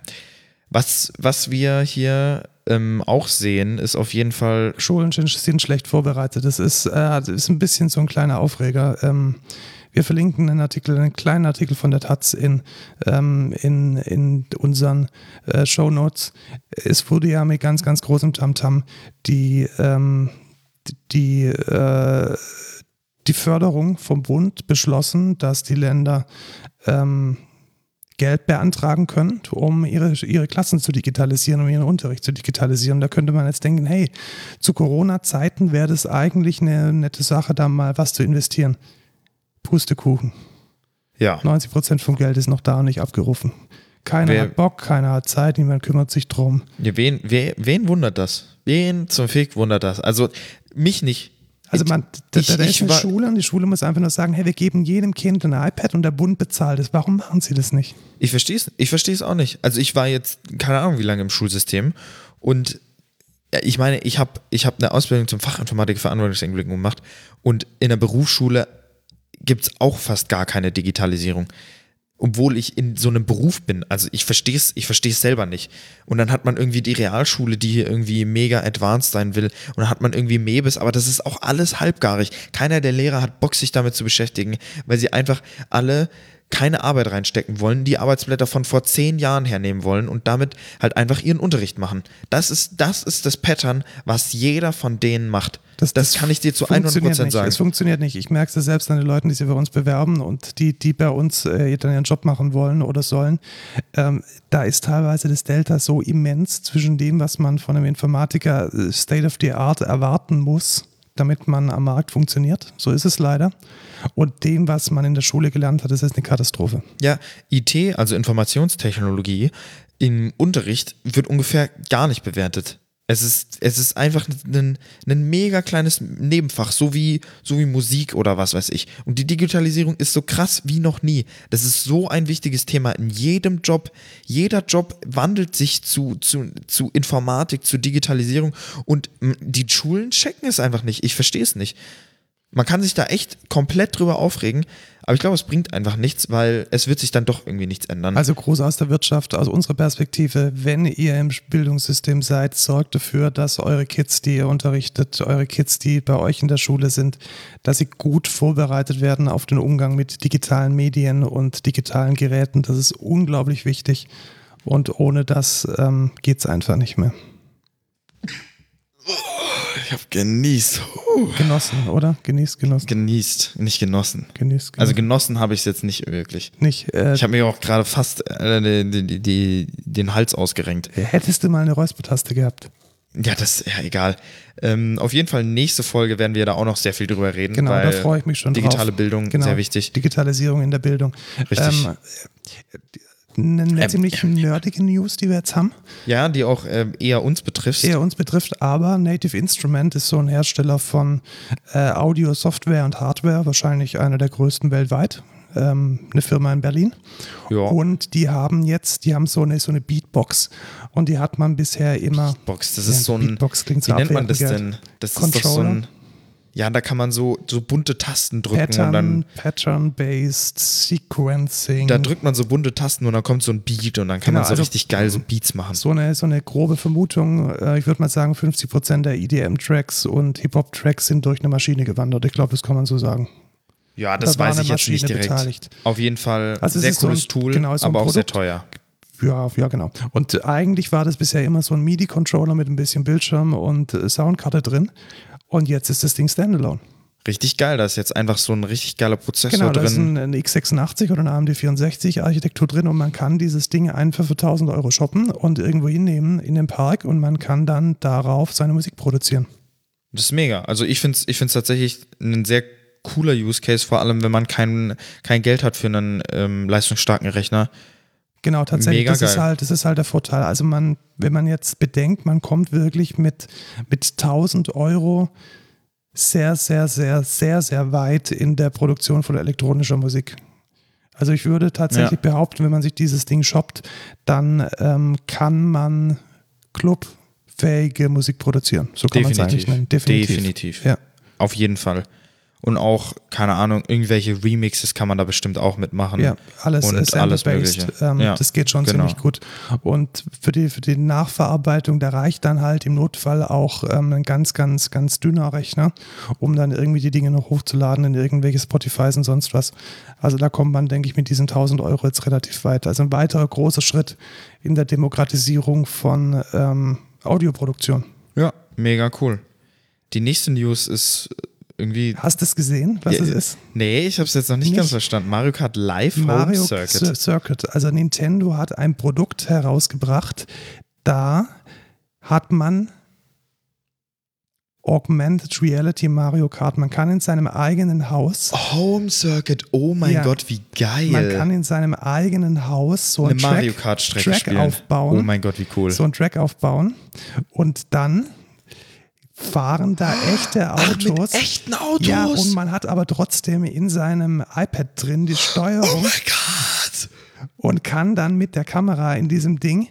Speaker 1: was, was wir hier ähm, auch sehen, ist auf jeden Fall.
Speaker 2: Schulen sind- sind schlecht vorbereitet. Das ist, äh, das ist ein bisschen so ein kleiner Aufreger. Ähm, wir verlinken einen Artikel, einen kleinen Artikel von der Taz in, ähm, in, in unseren äh, Show Notes. Es wurde ja mit ganz, ganz großem Tamtam die, ähm, die, äh, die Förderung vom Bund beschlossen, dass die Länder ähm, Geld beantragen könnt, um ihre, ihre Klassen zu digitalisieren, um ihren Unterricht zu digitalisieren. Da könnte man jetzt denken, hey, zu Corona-Zeiten wäre das eigentlich eine nette Sache, da mal was zu investieren. Pustekuchen.
Speaker 1: Ja.
Speaker 2: 90 Prozent vom Geld ist noch da und nicht abgerufen. Keiner
Speaker 1: Wer-
Speaker 2: hat Bock, keiner hat Zeit, niemand kümmert sich drum.
Speaker 1: Wen, wen, wen wundert das? Wen zum Fick wundert das? Also, mich nicht.
Speaker 2: Also
Speaker 1: Ich-
Speaker 2: man, da,
Speaker 1: ich-
Speaker 2: da
Speaker 1: ich
Speaker 2: ist eine
Speaker 1: war-
Speaker 2: Schule und die Schule muss einfach nur sagen, hey, wir geben jedem Kind ein iPad und der Bund bezahlt es. Warum machen sie das nicht?
Speaker 1: Ich verstehe es. Ich verstehe es auch nicht. Also ich war jetzt keine Ahnung wie lange im Schulsystem und ja, ich meine, ich habe ich hab eine Ausbildung zum Fachinformatik für Anwendungsentwicklung gemacht und in der Berufsschule gibt es auch fast gar keine Digitalisierung, obwohl ich in so einem Beruf bin. Also ich verstehe es, ich verstehe es selber nicht. Und dann hat man irgendwie die Realschule, die hier irgendwie mega advanced sein will und dann hat man irgendwie Mebis, aber das ist auch alles halbgarig. Keiner der Lehrer hat Bock, sich damit zu beschäftigen, weil sie einfach alle keine Arbeit reinstecken wollen, die Arbeitsblätter von vor zehn Jahren hernehmen wollen und damit halt einfach ihren Unterricht machen. Das ist das, ist das Pattern, was jeder von denen macht. Das, kann ich dir zu 100%
Speaker 2: funktioniert nicht.
Speaker 1: sagen.
Speaker 2: Es funktioniert nicht. Ich merke es ja selbst an den Leuten, die sich bei uns bewerben und die, die bei uns äh, dann ihren Job machen wollen oder sollen. Ähm, da ist teilweise das Delta so immens zwischen dem, was man von einem Informatiker äh, State of the Art erwarten muss, damit man am Markt funktioniert. So ist es leider. Und dem, was man in der Schule gelernt hat, das ist eine Katastrophe.
Speaker 1: Ja, IT, also Informationstechnologie, im Unterricht wird ungefähr gar nicht bewertet. Es ist, es ist einfach ein, ein mega kleines Nebenfach, so wie, so wie Musik oder was weiß ich. Und die Digitalisierung ist so krass wie noch nie. Das ist so ein wichtiges Thema in jedem Job. Jeder Job wandelt sich zu, zu, zu Informatik, zu Digitalisierung und mm, die Schulen checken es einfach nicht. Ich verstehe es nicht. Man kann sich da echt komplett drüber aufregen, aber ich glaube, es bringt einfach nichts, weil es wird sich dann doch irgendwie nichts ändern.
Speaker 2: Also groß aus der Wirtschaft, aus unserer Perspektive, wenn ihr im Bildungssystem seid, sorgt dafür, dass eure Kids, die ihr unterrichtet, eure Kids, die bei euch in der Schule sind, dass sie gut vorbereitet werden auf den Umgang mit digitalen Medien und digitalen Geräten. Das ist unglaublich wichtig. Und ohne das ähm, geht es einfach nicht mehr.
Speaker 1: ich habe genießt.
Speaker 2: Genossen, oder? Genießt, genossen.
Speaker 1: Genießt, nicht genossen.
Speaker 2: Genießt, genossen.
Speaker 1: Also genossen habe ich es jetzt nicht wirklich.
Speaker 2: nicht. Äh,
Speaker 1: Ich habe mir auch gerade fast äh, die, die, die, den Hals ausgerenkt.
Speaker 2: hättest du mal eine Räuspertaste gehabt.
Speaker 1: Ja, das, ja, egal. Ähm, auf jeden Fall, nächste Folge werden wir da auch noch sehr viel drüber reden.
Speaker 2: Genau,
Speaker 1: weil
Speaker 2: da freue ich mich schon drauf.
Speaker 1: Digitale Bildung,
Speaker 2: Genau,
Speaker 1: sehr wichtig.
Speaker 2: Digitalisierung in der Bildung.
Speaker 1: Richtig.
Speaker 2: Ähm, eine
Speaker 1: Ähm,
Speaker 2: ziemlich nerdige News, die wir jetzt haben,
Speaker 1: Ja, die auch ähm, eher uns betrifft.
Speaker 2: eher uns betrifft, aber Native Instrument ist so ein Hersteller von äh, Audio, Software und Hardware, wahrscheinlich einer der größten weltweit. Ähm, eine Firma in Berlin.
Speaker 1: ja.
Speaker 2: Und die haben jetzt, die haben so eine, so eine Beatbox. Und die hat man bisher immer.
Speaker 1: Beatbox. Das
Speaker 2: Ja,
Speaker 1: ist so ein.
Speaker 2: Beatbox klingt so
Speaker 1: wie nennt man das
Speaker 2: abwertend,
Speaker 1: denn? Das ist doch so
Speaker 2: Controller?
Speaker 1: ein. Ja, da kann man so, so bunte Tasten drücken und
Speaker 2: Pattern,
Speaker 1: dann.
Speaker 2: Pattern-based Sequencing.
Speaker 1: Da drückt man so bunte Tasten und dann kommt so ein Beat und dann kann
Speaker 2: Mhm. Genau,
Speaker 1: man so
Speaker 2: also-
Speaker 1: richtig geil so Beats machen.
Speaker 2: so eine, so eine grobe Vermutung. Äh, ich würde mal sagen, 50 Prozent der EDM-Tracks und Hip-Hop-Tracks sind durch eine Maschine gewandert. Ich glaube, das kann man so sagen.
Speaker 1: ja, das
Speaker 2: da war
Speaker 1: weiß
Speaker 2: eine
Speaker 1: ich jetzt nicht
Speaker 2: Maschine
Speaker 1: direkt.
Speaker 2: beteiligt.
Speaker 1: Auf jeden Fall
Speaker 2: Also es
Speaker 1: sehr
Speaker 2: ist so
Speaker 1: cooles
Speaker 2: ein-
Speaker 1: Tool,
Speaker 2: genau, ist so ein
Speaker 1: aber auch sehr
Speaker 2: Produkt.
Speaker 1: teuer.
Speaker 2: Ja, ja, genau. Und eigentlich war das bisher immer so ein MIDI-Controller mit ein bisschen Bildschirm und äh, Soundkarte drin. Und jetzt ist das Ding standalone.
Speaker 1: Richtig geil, da ist jetzt einfach so ein richtig geiler Prozessor
Speaker 2: Genau, da ist
Speaker 1: drin.
Speaker 2: ein, ein x86 oder eine AMD64-Architektur drin und man kann dieses Ding einfach für 1000 Euro shoppen und irgendwo hinnehmen in den Park und man kann dann darauf seine Musik produzieren.
Speaker 1: Das ist mega. Also ich finde es ich find's tatsächlich ein sehr cooler Use Case, vor allem wenn man kein, kein Geld hat für einen ähm, leistungsstarken Rechner.
Speaker 2: Genau, tatsächlich.
Speaker 1: Mega
Speaker 2: das, ist
Speaker 1: geil.
Speaker 2: halt, das ist halt der Vorteil. Also man, wenn man jetzt bedenkt, man kommt wirklich mit, mit 1000 Euro sehr, sehr, sehr, sehr, sehr weit in der Produktion von elektronischer Musik. Also ich würde tatsächlich behaupten, wenn man sich dieses Ding shoppt, dann ähm, kann man Club, fähige Musik produzieren. So kann man es eigentlich nennen.
Speaker 1: Definitiv. Definitiv.
Speaker 2: Ja.
Speaker 1: Auf jeden Fall. Und auch, keine Ahnung, irgendwelche Remixes kann man da bestimmt auch mitmachen.
Speaker 2: Ja, alles
Speaker 1: und
Speaker 2: ist
Speaker 1: alles
Speaker 2: sample-based.
Speaker 1: Mögliche.
Speaker 2: Ähm,
Speaker 1: ja,
Speaker 2: Das geht schon
Speaker 1: genau.
Speaker 2: ziemlich gut. Und für die, für die Nachverarbeitung, da reicht dann halt im Notfall auch ähm, ein ganz, ganz, ganz dünner Rechner, um dann irgendwie die Dinge noch hochzuladen in irgendwelche Spotifys und sonst was. Also da kommt man, denke ich, mit diesen 1000 Euro jetzt relativ weit. Also ein weiterer großer Schritt in der Demokratisierung von ähm, Audioproduktion.
Speaker 1: Ja, mega cool. Die nächste News ist irgendwie.
Speaker 2: Hast du es gesehen, was
Speaker 1: Ja,
Speaker 2: es ist?
Speaker 1: Nee, ich habe es jetzt noch nicht,
Speaker 2: Nicht?
Speaker 1: ganz verstanden. Mario Kart Live
Speaker 2: Mario
Speaker 1: Home Circuit.
Speaker 2: Cir- Circuit. Also Nintendo hat ein Produkt herausgebracht, da hat man Augmented Reality Mario Kart. Man kann in seinem eigenen Haus,
Speaker 1: Home Circuit, oh mein
Speaker 2: Ja.
Speaker 1: Gott, wie Oh, geil.
Speaker 2: man kann in seinem eigenen Haus so
Speaker 1: eine
Speaker 2: einen
Speaker 1: Mario
Speaker 2: Track,
Speaker 1: Kart Strecke
Speaker 2: Track
Speaker 1: spielen.
Speaker 2: aufbauen.
Speaker 1: Oh mein Gott, wie cool.
Speaker 2: so einen Track aufbauen und dann fahren da
Speaker 1: Ah,
Speaker 2: echte Autos.
Speaker 1: echten Autos.
Speaker 2: ja, und man hat aber trotzdem in seinem iPad drin
Speaker 1: Oh
Speaker 2: die Steuerung.
Speaker 1: mein Gott.
Speaker 2: und kann dann mit der Kamera in diesem Ding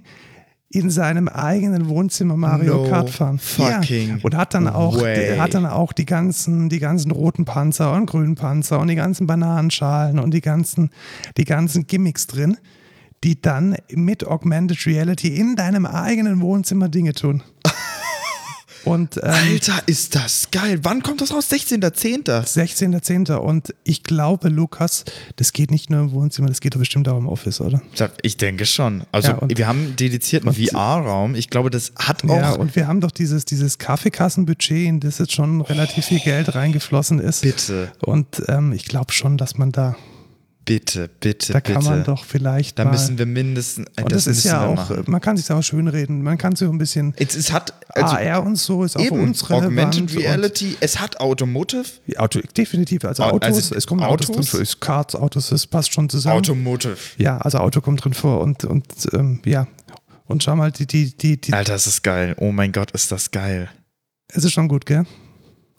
Speaker 2: in seinem eigenen Wohnzimmer Mario
Speaker 1: No
Speaker 2: Kart fahren.
Speaker 1: fucking
Speaker 2: ja. Und hat dann auch,
Speaker 1: way.
Speaker 2: hat dann auch die ganzen, die ganzen roten Panzer und grünen Panzer und die ganzen Bananenschalen und die ganzen, die ganzen Gimmicks drin, die dann mit Augmented Reality in deinem eigenen Wohnzimmer Dinge tun. und ähm,
Speaker 1: Alter, ist das geil. Wann kommt das raus? 16.10.
Speaker 2: 16.10. Und ich glaube, Lukas, das geht nicht nur im Wohnzimmer, das geht doch bestimmt auch im Office, oder?
Speaker 1: Ich denke schon. Also,
Speaker 2: Ja, und-
Speaker 1: wir haben dediziert einen VR-Raum. Ich glaube, das hat auch.
Speaker 2: Ja, und wir haben doch dieses, dieses Kaffeekassenbudget, in das jetzt schon relativ viel Geld reingeflossen ist.
Speaker 1: bitte,
Speaker 2: Und ähm, ich glaube schon, dass man da,
Speaker 1: bitte, bitte,
Speaker 2: da
Speaker 1: bitte.
Speaker 2: kann man doch vielleicht
Speaker 1: da
Speaker 2: mal.
Speaker 1: müssen wir mindestens.
Speaker 2: und das, ist
Speaker 1: müssen
Speaker 2: ja
Speaker 1: wir
Speaker 2: auch,
Speaker 1: machen.
Speaker 2: man kann sich auch schön reden, man kann sich auch ein bisschen
Speaker 1: Es, es hat. Also,
Speaker 2: AR und so ist auch für
Speaker 1: eben,
Speaker 2: uns relevant.
Speaker 1: Augmented
Speaker 2: und-
Speaker 1: Reality. Es hat Automotive.
Speaker 2: Ja, Auto, definitiv, also
Speaker 1: Au-
Speaker 2: Autos,
Speaker 1: also
Speaker 2: es kommen Autos,
Speaker 1: Autos?
Speaker 2: drin vor, Karts, Autos, das passt schon zusammen.
Speaker 1: Automotive.
Speaker 2: Ja, also Auto kommt drin vor und, und ähm, ja. Und schau mal, die, die, die, die,
Speaker 1: Alter, das ist geil. Oh mein Gott, ist das geil.
Speaker 2: es ist schon gut, gell?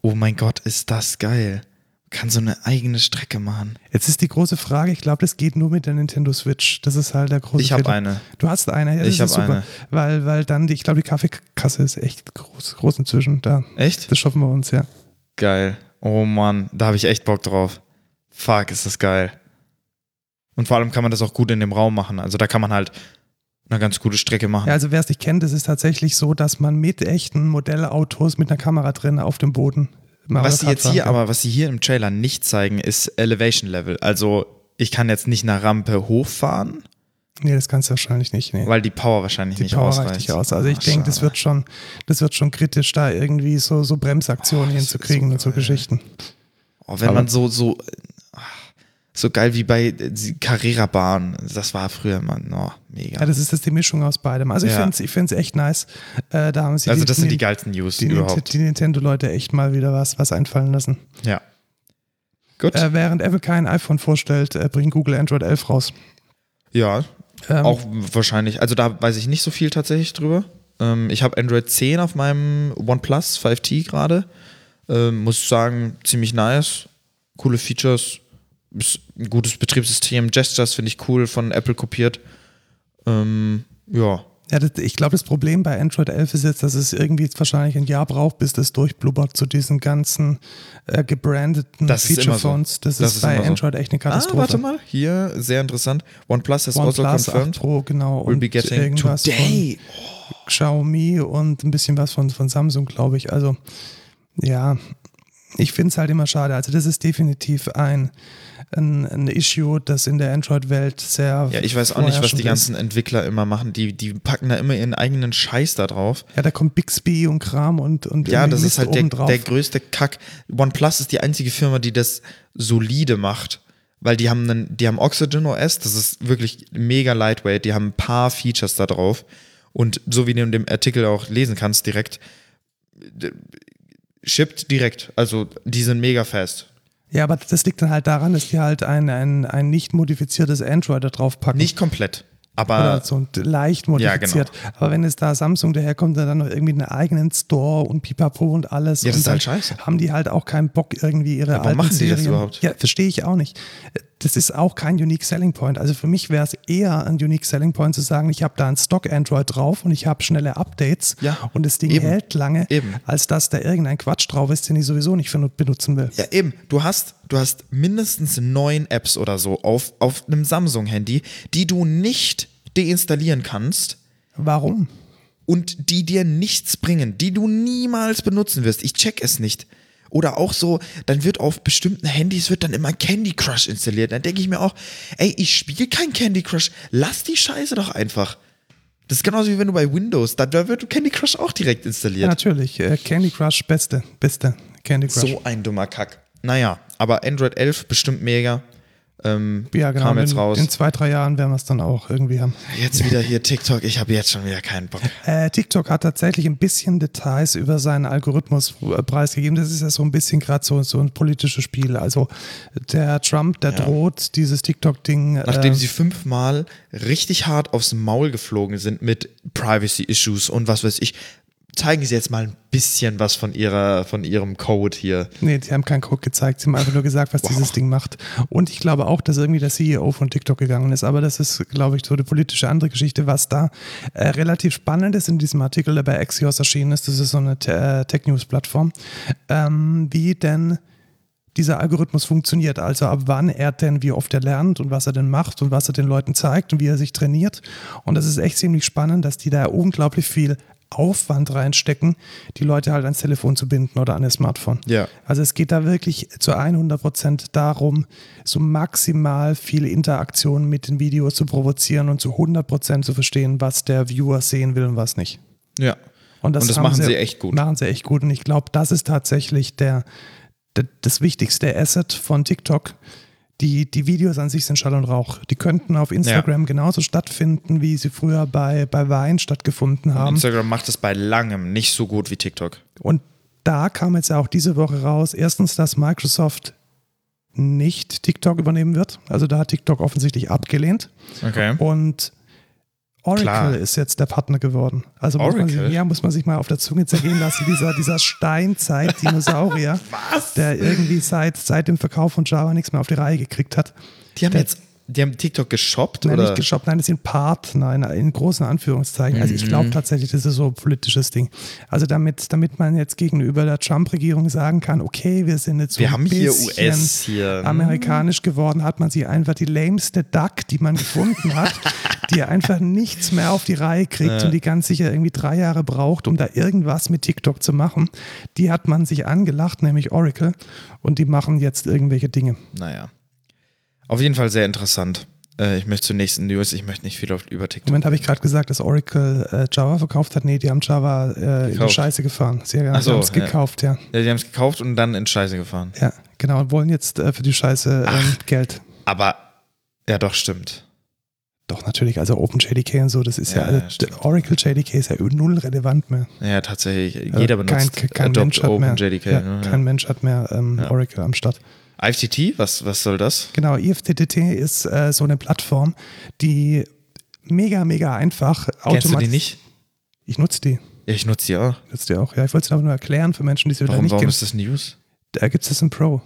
Speaker 1: Oh mein Gott, ist das geil. Kann so eine eigene Strecke machen.
Speaker 2: Jetzt ist die große Frage, ich glaube, das geht nur mit der Nintendo Switch. Das ist halt der große
Speaker 1: Ich habe
Speaker 2: Fehler.
Speaker 1: eine.
Speaker 2: Du hast eine, ja, das
Speaker 1: Ich
Speaker 2: ist
Speaker 1: hab
Speaker 2: super.
Speaker 1: eine.
Speaker 2: Weil, weil dann, die, ich glaube, die Kaffeekasse ist echt groß, groß inzwischen. Da,
Speaker 1: Echt?
Speaker 2: das schaffen wir uns, ja.
Speaker 1: Geil. Oh Mann, da habe ich echt Bock drauf. Fuck, ist das geil. Und vor allem kann man das auch gut in dem Raum machen. Also da kann man halt eine ganz gute Strecke machen.
Speaker 2: ja also wer es nicht kennt, es ist tatsächlich so, dass man mit echten Modellautos mit einer Kamera drin auf dem Boden Mario
Speaker 1: was sie
Speaker 2: Kart
Speaker 1: jetzt
Speaker 2: fahren
Speaker 1: hier
Speaker 2: kann.
Speaker 1: aber, was sie hier im Trailer nicht zeigen, ist Elevation Level. Also ich kann jetzt nicht nach Rampe hochfahren,
Speaker 2: Nee, das kannst du wahrscheinlich nicht. Nee.
Speaker 1: weil die Power wahrscheinlich
Speaker 2: Die
Speaker 1: nicht
Speaker 2: Power
Speaker 1: ausreicht.
Speaker 2: reicht nicht aus. Also ich
Speaker 1: Ach,
Speaker 2: denke, das
Speaker 1: schade.
Speaker 2: wird schon, das wird schon kritisch, da irgendwie so, so Bremsaktionen
Speaker 1: Oh, das
Speaker 2: hinzukriegen
Speaker 1: ist so
Speaker 2: und so
Speaker 1: geil.
Speaker 2: Geschichten.
Speaker 1: Oh, wenn
Speaker 2: Aber-
Speaker 1: man so, so, ah, so geil wie bei äh, die Carrera-Bahn, das war früher immer, oh, mega.
Speaker 2: Ja, das ist das die Mischung aus beidem. Also ich
Speaker 1: Ja.
Speaker 2: find's, ich find's echt nice. Äh, da haben sie
Speaker 1: also das sind die
Speaker 2: die,
Speaker 1: geilsten News
Speaker 2: die, Nint-
Speaker 1: überhaupt.
Speaker 2: die Nintendo-Leute echt mal wieder was, was einfallen lassen.
Speaker 1: ja. Gut.
Speaker 2: Äh, während Apple kein iPhone vorstellt, äh, bringt Google Android 11 raus.
Speaker 1: ja,
Speaker 2: Ähm,
Speaker 1: auch wahrscheinlich. Also da weiß ich nicht so viel tatsächlich drüber. Ähm, ich habe Android 10 auf meinem OnePlus 5T gerade. Ähm, muss sagen, ziemlich nice. Coole Features. Ist ein gutes Betriebssystem. Gestures finde ich cool, von Apple kopiert. Ähm, ja.
Speaker 2: Ja, das, ich glaube, das Problem bei Android 11 ist jetzt, dass es irgendwie jetzt wahrscheinlich ein Jahr braucht, bis das durchblubbert zu diesen ganzen äh, gebrandeten
Speaker 1: Das ist immer so.
Speaker 2: Feature-Phones. Das,
Speaker 1: Das
Speaker 2: ist
Speaker 1: ist
Speaker 2: bei
Speaker 1: immer so.
Speaker 2: Android echt eine
Speaker 1: Ah,
Speaker 2: Katastrophe.
Speaker 1: warte mal. Hier, sehr interessant. OnePlus has also
Speaker 2: OnePlus 8
Speaker 1: confirmed.
Speaker 2: Pro, genau.
Speaker 1: We'll
Speaker 2: und
Speaker 1: be getting
Speaker 2: irgendwas von
Speaker 1: today.
Speaker 2: Xiaomi und ein bisschen was von, von Samsung, glaube ich. Also, ja, ich finde es halt immer schade. Also, das ist definitiv ein, ein, ein Issue, das in der Android-Welt sehr.
Speaker 1: Ja, ich weiß auch nicht, was
Speaker 2: vorherrschend
Speaker 1: die ganzen Entwickler immer machen. Die, die packen da immer ihren eigenen Scheiß da drauf.
Speaker 2: Ist. Ja, da kommt Bixby und Kram und. und
Speaker 1: Ja,
Speaker 2: irgendwie
Speaker 1: das
Speaker 2: Mist
Speaker 1: ist halt der,
Speaker 2: obendrauf.
Speaker 1: der größte Kack. OnePlus ist die einzige Firma, die das solide macht. Weil die haben einen, die haben Oxygen OS, das ist wirklich mega lightweight, die haben ein paar Features da drauf. Und so wie du in dem Artikel auch lesen kannst, direkt d- shippt direkt. Also die sind mega fast.
Speaker 2: ja, aber das liegt dann halt daran, dass die halt ein, ein, ein nicht modifiziertes Android da drauf packen.
Speaker 1: Nicht komplett, aber
Speaker 2: Oder halt so ein leicht modifiziert.
Speaker 1: genau.
Speaker 2: Aber wenn es da Samsung daherkommt, dann, dann noch irgendwie einen eigenen Store und Pipapo und alles.
Speaker 1: Ja, das
Speaker 2: und
Speaker 1: ist halt
Speaker 2: dann
Speaker 1: scheiße.
Speaker 2: Haben die halt auch keinen Bock, irgendwie ihre
Speaker 1: warum
Speaker 2: alten
Speaker 1: machen die das
Speaker 2: Serien.
Speaker 1: überhaupt?
Speaker 2: Ja, verstehe ich auch nicht. das ist auch kein Unique Selling Point. Also für mich wäre es eher ein Unique Selling Point zu sagen, ich habe da einen Stock Android drauf und ich habe schnelle Updates
Speaker 1: Ja,
Speaker 2: und das Ding
Speaker 1: eben.
Speaker 2: hält lange,
Speaker 1: Eben.
Speaker 2: als dass da irgendein Quatsch drauf ist, den ich sowieso nicht vernut- benutzen will.
Speaker 1: Ja, eben. Du hast, du hast mindestens neun Apps oder so auf, auf einem Samsung-Handy, die du nicht deinstallieren kannst
Speaker 2: Warum?
Speaker 1: und die dir nichts bringen, die du niemals benutzen wirst. Ich check es nicht. Oder auch so, dann wird auf bestimmten Handys wird dann immer Candy Crush installiert. Dann denke ich mir auch, ey, ich spiele kein Candy Crush. Lass die Scheiße doch einfach. Das ist genauso wie wenn du bei Windows, da, da wird Candy Crush auch direkt
Speaker 2: Ja,
Speaker 1: installiert.
Speaker 2: natürlich, äh, Candy Crush, beste, beste Candy Crush.
Speaker 1: So ein dummer Kack. Naja, aber Android 11 bestimmt mega. Ähm,
Speaker 2: ja, genau.
Speaker 1: Kam jetzt
Speaker 2: in,
Speaker 1: raus.
Speaker 2: in zwei, drei Jahren werden wir es dann auch irgendwie haben.
Speaker 1: Jetzt wieder hier TikTok. Ich habe jetzt schon wieder keinen Bock.
Speaker 2: Äh, TikTok hat tatsächlich ein bisschen Details über seinen Algorithmus äh, preisgegeben. Das ist ja so ein bisschen gerade so, so ein politisches Spiel. Also der Trump, der droht, dieses TikTok-Ding.
Speaker 1: Nachdem
Speaker 2: äh,
Speaker 1: sie fünfmal richtig hart aufs Maul geflogen sind mit Privacy Issues und was weiß ich, zeigen sie jetzt mal ein bisschen was von ihrer, von ihrem Code hier.
Speaker 2: Nee, die haben keinen Code gezeigt. Sie haben einfach nur gesagt, was dieses Ding macht. Und ich glaube auch, dass irgendwie der CEO von TikTok gegangen ist. Aber das ist, glaube ich, so eine politische andere Geschichte. Was da äh, relativ spannend ist in diesem Artikel, der bei Axios erschienen ist, das ist so eine Te- äh, Tech-News-Plattform, ähm, wie denn dieser Algorithmus funktioniert. Also ab wann er denn, wie oft er lernt und was er denn macht und was er den Leuten zeigt und wie er sich trainiert. Und das ist echt ziemlich spannend, dass die da unglaublich viel Aufwand reinstecken, die Leute halt ans Telefon zu binden oder an ihr Smartphone.
Speaker 1: Ja.
Speaker 2: Also es geht da wirklich zu 100% darum, so maximal viel Interaktion mit den Videos zu provozieren und zu 100% zu verstehen, was der Viewer sehen will und was nicht.
Speaker 1: Ja.
Speaker 2: Und das,
Speaker 1: Und das
Speaker 2: haben
Speaker 1: machen sie echt gut.
Speaker 2: Machen sie echt gut. Und ich glaube, das ist tatsächlich der, der, das wichtigste Asset von TikTok. Die, die Videos an sich sind Schall und Rauch. Die könnten auf Instagram genauso stattfinden, wie sie früher bei, bei Wein stattgefunden haben.
Speaker 1: Instagram macht es bei langem nicht so gut wie TikTok.
Speaker 2: Und da kam jetzt ja auch diese Woche raus, erstens, dass Microsoft nicht TikTok übernehmen wird. Also da hat TikTok offensichtlich abgelehnt.
Speaker 1: Okay.
Speaker 2: Und Oracle
Speaker 1: Klar.
Speaker 2: ist jetzt der Partner geworden. Also muss man, sich,
Speaker 1: Oracle?
Speaker 2: ja, muss man sich mal auf der Zunge zergehen lassen, dieser, dieser Steinzeit-Dinosaurier, der irgendwie seit, seit dem Verkauf von Java nichts mehr auf die Reihe gekriegt hat.
Speaker 1: Die haben jetzt, die haben TikTok geshoppt
Speaker 2: Nein,
Speaker 1: oder?
Speaker 2: nicht geshoppt, nein, das sind Partner in, in großen Anführungszeichen. Also ich
Speaker 1: Mhm.
Speaker 2: glaube tatsächlich, das ist so ein politisches Ding. Also damit, damit man jetzt gegenüber der Trump-Regierung sagen kann, okay, wir sind jetzt so
Speaker 1: Wir
Speaker 2: ein
Speaker 1: haben hier
Speaker 2: bisschen Ähm.
Speaker 1: US hier.
Speaker 2: amerikanisch geworden, hat man sich einfach die lämste Duck, die man gefunden hat, die einfach nichts mehr auf die Reihe kriegt und die ganz sicher irgendwie drei Jahre braucht, um da irgendwas mit TikTok zu machen, die hat man sich angelacht, nämlich Oracle, und die machen jetzt irgendwelche Dinge.
Speaker 1: Naja. Auf jeden Fall sehr interessant. Äh, ich möchte zur nächsten News. Ich möchte nicht viel auf, über TikTok.
Speaker 2: Moment, habe ich gerade gesagt, dass Oracle äh, Java verkauft hat? Nee, die haben Java äh, in die
Speaker 1: Gekauft.
Speaker 2: Scheiße gefahren. Sie haben
Speaker 1: Ach so,
Speaker 2: es
Speaker 1: ja.
Speaker 2: gekauft, ja.
Speaker 1: Ja, die haben es gekauft und dann in Scheiße gefahren.
Speaker 2: Ja, genau. Und wollen jetzt äh, für die Scheiße ähm, Geld.
Speaker 1: Aber, ja, doch, stimmt.
Speaker 2: Doch, natürlich. Also OpenJDK und so, das ist ja,
Speaker 1: Ja,
Speaker 2: alle-
Speaker 1: ja, stimmt.
Speaker 2: Oracle JDK ist ja null relevant mehr.
Speaker 1: Ja, tatsächlich.
Speaker 2: Also
Speaker 1: Jeder benutzt
Speaker 2: kein, kein
Speaker 1: Adopt
Speaker 2: Mensch hat mehr,
Speaker 1: OpenJDK.
Speaker 2: Ja,
Speaker 1: ne?
Speaker 2: Kein Mensch hat mehr ähm,
Speaker 1: Ja.
Speaker 2: Oracle am Start.
Speaker 1: IFTT, was, was soll das?
Speaker 2: Genau, IFTTT ist äh, so eine Plattform, die mega, mega einfach
Speaker 1: Kennst du die
Speaker 2: automatisiert-
Speaker 1: nicht?
Speaker 2: Ich nutze die.
Speaker 1: Ja, ich nutze die auch.
Speaker 2: Nutze die auch. Ja, ich wollte es aber nur erklären für Menschen, die es wieder
Speaker 1: Warum,
Speaker 2: nicht
Speaker 1: warum
Speaker 2: kennen.
Speaker 1: ist das News?
Speaker 2: Da gibt es ein Pro.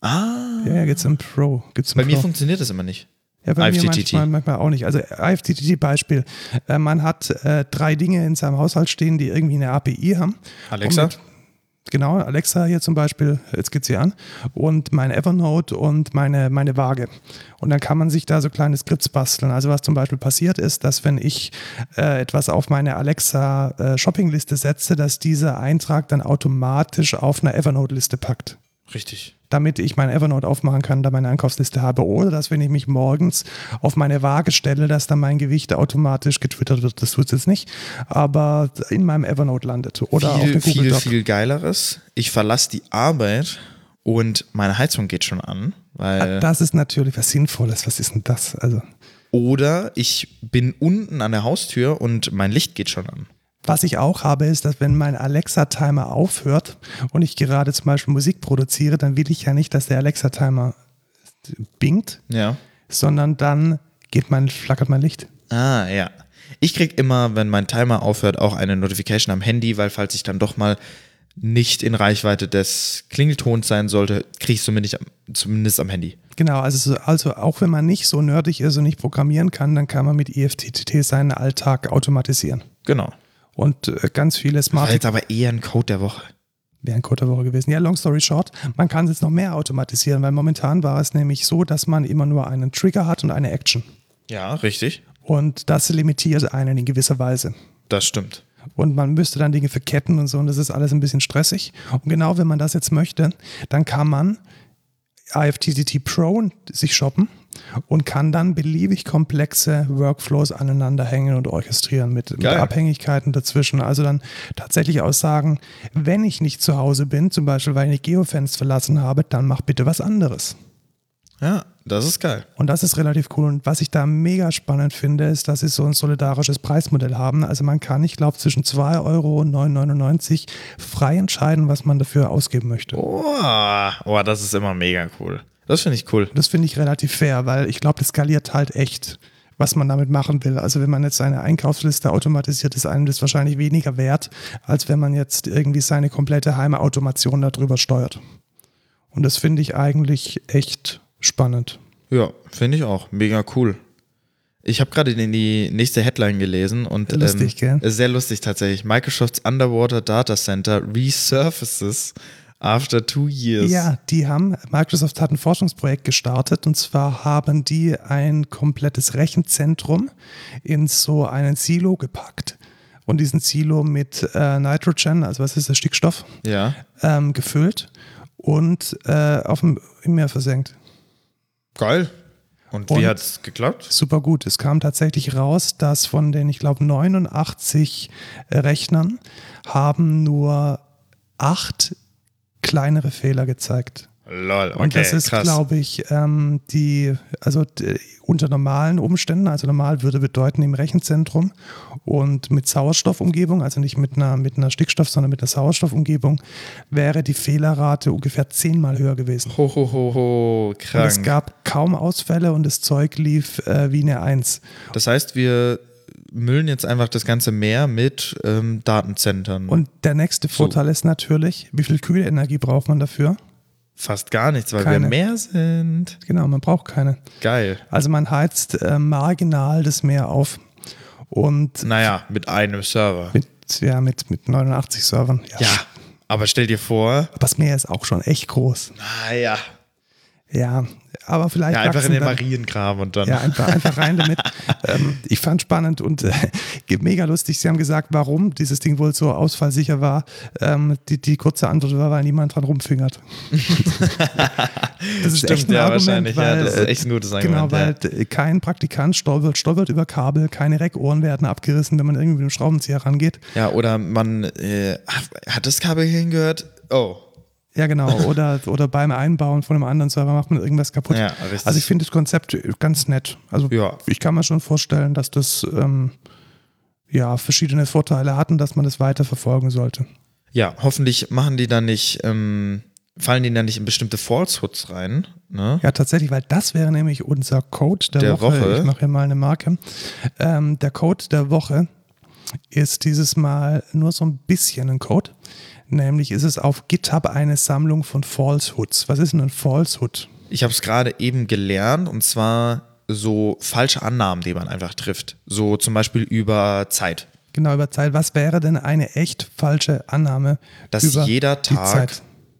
Speaker 1: Ah,
Speaker 2: Ja, ja, gibt's im Pro. Gibt's im
Speaker 1: bei
Speaker 2: Pro.
Speaker 1: mir funktioniert das immer nicht.
Speaker 2: ja, bei mir
Speaker 1: IFTTT.
Speaker 2: manchmal, manchmal auch nicht. Also IFTTT-Beispiel. Äh, man hat äh, drei Dinge in seinem Haushalt stehen, die irgendwie eine API haben.
Speaker 1: Alexa?
Speaker 2: Und mit- genau, Alexa hier zum Beispiel, jetzt geht's hier an. Und mein Evernote und meine, meine Waage. Und dann kann man sich da so kleine Skripts basteln. Also was zum Beispiel passiert ist, dass wenn ich äh, etwas auf meine Alexa äh, Shoppingliste setze, dass dieser Eintrag dann automatisch auf eine Evernote-Liste packt
Speaker 1: Richtig.
Speaker 2: damit ich mein Evernote aufmachen kann, da meine Einkaufsliste habe. Oder dass, wenn ich mich morgens auf meine Waage stelle, dass dann mein Gewicht automatisch getwittert wird. Das tut es jetzt nicht, aber in meinem Evernote landet. Oder auf
Speaker 1: viel,
Speaker 2: dem Google
Speaker 1: viel,
Speaker 2: Doc.
Speaker 1: viel geileres. Ich verlasse die Arbeit und meine Heizung geht schon an, weil.
Speaker 2: Das ist natürlich was Sinnvolles. Was ist denn das? Also,
Speaker 1: Oder ich bin unten an der Haustür und mein Licht geht schon an.
Speaker 2: was ich auch habe, ist, dass wenn mein Alexa-Timer aufhört und ich gerade zum Beispiel Musik produziere, dann will ich ja nicht, dass der Alexa-Timer bingt,
Speaker 1: Ja.
Speaker 2: sondern dann geht mein, flackert mein Licht.
Speaker 1: Ah, ja. Ich krieg immer, wenn mein Timer aufhört, auch eine Notification am Handy, weil falls ich dann doch mal nicht in Reichweite des Klingeltons sein sollte, kriegst du zumindest, zumindest am Handy.
Speaker 2: Genau, also, also auch wenn man nicht so nerdig ist und nicht programmieren kann, dann kann man mit E EFTTT seinen Alltag automatisieren.
Speaker 1: Genau.
Speaker 2: Und äh, ganz viele
Speaker 1: War
Speaker 2: smarte
Speaker 1: jetzt aber eher ein Code der Woche.
Speaker 2: wäre ein kurzer Woche gewesen. Ja, long story short, man kann es jetzt noch mehr automatisieren, weil momentan war es nämlich so, dass man immer nur einen Trigger hat und eine Action.
Speaker 1: Ja, richtig.
Speaker 2: Und das limitiert einen in gewisser Weise.
Speaker 1: Das stimmt.
Speaker 2: Und man müsste dann Dinge verketten und so, und das ist alles ein bisschen stressig. Und genau wenn man das jetzt möchte, dann kann man IFTTT Pro sich shoppen und kann dann beliebig komplexe Workflows aneinander hängen und orchestrieren mit, mit
Speaker 1: Geil.
Speaker 2: Abhängigkeiten dazwischen. Also dann tatsächlich aussagen, wenn ich nicht zu Hause bin, zum Beispiel weil ich Geofence verlassen habe, dann mach bitte was anderes.
Speaker 1: Ja, das ist geil.
Speaker 2: Und das ist relativ cool. Und was ich da mega spannend finde, ist, dass sie so ein solidarisches Preismodell haben. Also man kann, ich glaube, zwischen 2 Euro und 9,99 frei entscheiden, was man dafür ausgeben möchte.
Speaker 1: Oh, oh das ist immer mega cool. Das finde ich cool.
Speaker 2: Das finde ich relativ fair, weil ich glaube, das skaliert halt echt, was man damit machen will. Also wenn man jetzt seine Einkaufsliste automatisiert, ist einem das wahrscheinlich weniger wert, als wenn man jetzt irgendwie seine komplette Heimautomation darüber steuert. Und das finde ich eigentlich echt spannend.
Speaker 1: Ja, finde ich auch. Mega cool. Ich habe gerade die- die nächste Headline gelesen und
Speaker 2: Lustig,
Speaker 1: ähm,
Speaker 2: gell?
Speaker 1: ist sehr lustig tatsächlich. Microsofts Underwater Data Center resurfaces after two years.
Speaker 2: Ja, die haben, Microsoft hat ein Forschungsprojekt gestartet und zwar haben die ein komplettes Rechenzentrum in so einen Silo gepackt und diesen Silo mit äh, Nitrogen, also was ist das, Stickstoff,
Speaker 1: Ja,
Speaker 2: ähm, gefüllt und äh, auf dem, im Meer versenkt.
Speaker 1: geil. Und,
Speaker 2: Und-
Speaker 1: wie hat es geklappt?
Speaker 2: Super gut. Es kam tatsächlich raus, dass von den, ich glaube, 89 Rechnern haben nur acht kleinere Fehler gezeigt.
Speaker 1: Lol, okay,
Speaker 2: Und das ist,
Speaker 1: krass.
Speaker 2: glaube ich, ähm, die, also d- unter normalen Umständen, also normal würde bedeuten im Rechenzentrum und mit Sauerstoffumgebung, also nicht mit einer, mit einer Stickstoff, sondern mit einer Sauerstoffumgebung, wäre die Fehlerrate ungefähr zehnmal höher gewesen.
Speaker 1: ho, ho, ho, ho,
Speaker 2: Und
Speaker 1: krank.
Speaker 2: es gab kaum Ausfälle und das Zeug lief äh, wie eine Eins.
Speaker 1: Das heißt, wir müllen jetzt einfach das ganze Meer mit ähm, Datenzentren.
Speaker 2: Und der nächste Vorteil ist natürlich, wie viel Kühlenergie braucht man dafür?
Speaker 1: fast gar nichts, weil
Speaker 2: Keine.
Speaker 1: wir mehr sind.
Speaker 2: Genau, man braucht keine.
Speaker 1: Geil.
Speaker 2: Also man heizt äh, marginal das Meer auf. Und
Speaker 1: Naja, mit einem Server.
Speaker 2: Mit, ja, mit, mit 89 Servern.
Speaker 1: Ja, aber stell dir vor,
Speaker 2: Aber das Meer ist auch schon echt groß.
Speaker 1: naja,
Speaker 2: Ja, aber vielleicht
Speaker 1: ja, einfach
Speaker 2: Ah, wachsen
Speaker 1: in den
Speaker 2: dann-
Speaker 1: Mariengraben und dann.
Speaker 2: Ja, einfach, einfach rein damit. ähm, ich fand spannend und äh, mega lustig. Sie haben gesagt, warum dieses Ding wohl so ausfallsicher war. Ähm, die, die kurze Antwort war, weil niemand dran rumfingert. das ist
Speaker 1: Stimmt,
Speaker 2: echt ein
Speaker 1: ja,
Speaker 2: Argument,
Speaker 1: wahrscheinlich, ja,
Speaker 2: weil,
Speaker 1: das ist
Speaker 2: äh,
Speaker 1: echt ein gutes
Speaker 2: Genau,
Speaker 1: Argument,
Speaker 2: weil
Speaker 1: ja.
Speaker 2: d- kein Praktikant stolpert, stolpert über Kabel, keine Reckohren werden abgerissen, wenn man irgendwie mit dem Schraubenzieher rangeht.
Speaker 1: Ja, oder man äh, hat das Kabel hingehört? Oh.
Speaker 2: Ja, genau. Oder, oder beim Einbauen von einem anderen Server macht man irgendwas kaputt.
Speaker 1: Ja, richtig.
Speaker 2: Also ich finde das Konzept ganz nett. Also
Speaker 1: Ja.
Speaker 2: ich kann mir schon vorstellen, dass das ähm, ja verschiedene Vorteile hat und dass man das weiter verfolgen sollte.
Speaker 1: Ja, hoffentlich machen die dann nicht, ähm, fallen die dann nicht in bestimmte Falsehoods rein. Ne?
Speaker 2: Ja, tatsächlich, weil das wäre nämlich unser Code der,
Speaker 1: Der
Speaker 2: Woche.
Speaker 1: Woche.
Speaker 2: Ich mache hier mal eine Marke. Ähm, der Code der Woche ist dieses Mal nur so ein bisschen ein Code. Nämlich ist es auf GitHub eine Sammlung von Falsehoods. Was ist denn ein Falsehood?
Speaker 1: Ich habe es gerade eben gelernt und zwar so falsche Annahmen, die man einfach trifft. So zum Beispiel über Zeit.
Speaker 2: Genau, über Zeit. Was wäre denn eine echt falsche Annahme?
Speaker 1: Dass
Speaker 2: über
Speaker 1: jeder
Speaker 2: die
Speaker 1: Tag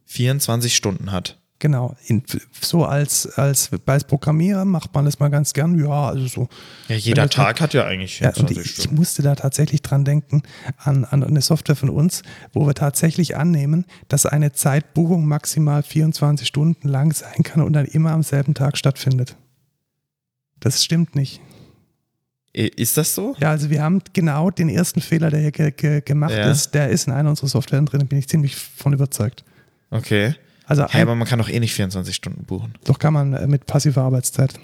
Speaker 1: 24 Stunden hat.
Speaker 2: Genau. In, so als, als, als Programmierer macht man das mal ganz gern. Ja, also so.
Speaker 1: Ja, jeder
Speaker 2: Wenn das-
Speaker 1: Tag hat ja eigentlich
Speaker 2: Ja, und
Speaker 1: 24
Speaker 2: ich, ich
Speaker 1: Stunden.
Speaker 2: musste da tatsächlich dran denken, an, an eine Software von uns, wo wir tatsächlich annehmen, dass eine Zeitbuchung maximal 24 Stunden lang sein kann und dann immer am selben Tag stattfindet. Das stimmt nicht.
Speaker 1: I- Ist das so?
Speaker 2: Ja, also wir haben genau den ersten Fehler, der hier ge ge gemacht
Speaker 1: Ja.
Speaker 2: ist, der ist in einer unserer Softwaren drin, bin ich ziemlich von überzeugt.
Speaker 1: Okay.
Speaker 2: Also
Speaker 1: Hey,
Speaker 2: ein,
Speaker 1: aber man kann doch eh nicht 24 Stunden buchen.
Speaker 2: doch kann man äh, mit passiver Arbeitszeit.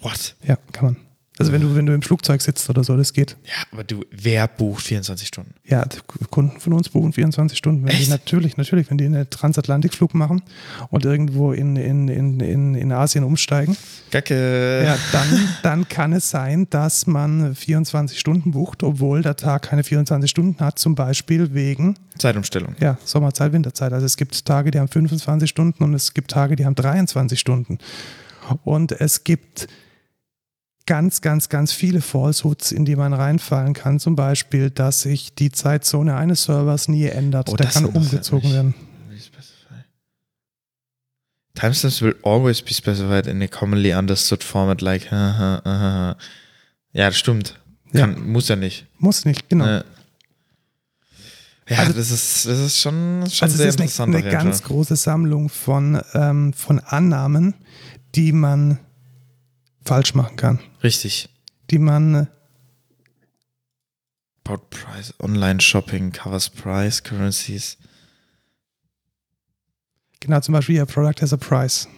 Speaker 1: What?
Speaker 2: Ja, kann man. Also wenn du, wenn du im Flugzeug sitzt oder so, das geht.
Speaker 1: Ja, aber du, wer bucht 24 Stunden?
Speaker 2: Ja, die Kunden von uns buchen 24 Stunden. Wenn
Speaker 1: Echt?
Speaker 2: Die natürlich, natürlich, wenn die einen Transatlantikflug machen und irgendwo in, in, in, in, in Asien umsteigen,
Speaker 1: Kacke.
Speaker 2: ja, dann, dann kann es sein, dass man 24 Stunden bucht, obwohl der Tag keine 24 Stunden hat, zum Beispiel wegen
Speaker 1: Zeitumstellung.
Speaker 2: ja, Sommerzeit, Winterzeit. Also es gibt Tage, die haben 25 Stunden und es gibt Tage, die haben 23 Stunden. Und es gibt ganz, ganz, ganz viele Falsehoods, in die man reinfallen kann. Zum Beispiel, dass sich die Zeitzone eines Servers nie ändert.
Speaker 1: Oh,
Speaker 2: Der
Speaker 1: das
Speaker 2: kann
Speaker 1: interessiert
Speaker 2: umgezogen
Speaker 1: mich.
Speaker 2: werden.
Speaker 1: Timestamps will always be specified in a commonly understood format like. haha, aha. Ja, das stimmt. Kann, Muss ja nicht.
Speaker 2: Muss nicht, genau.
Speaker 1: Ja, ja
Speaker 2: Also-
Speaker 1: das, ist, das ist schon, schon
Speaker 2: also
Speaker 1: sehr
Speaker 2: es ist
Speaker 1: interessant.
Speaker 2: eine,
Speaker 1: auf
Speaker 2: eine
Speaker 1: jeden
Speaker 2: ganz
Speaker 1: Fall.
Speaker 2: große Sammlung von, ähm, von Annahmen, die man falsch machen kann.
Speaker 1: Richtig.
Speaker 2: Die man äh,
Speaker 1: About Price, Online Shopping, Covers Price, Currencies.
Speaker 2: Genau, zum Beispiel ihr Product has a Price.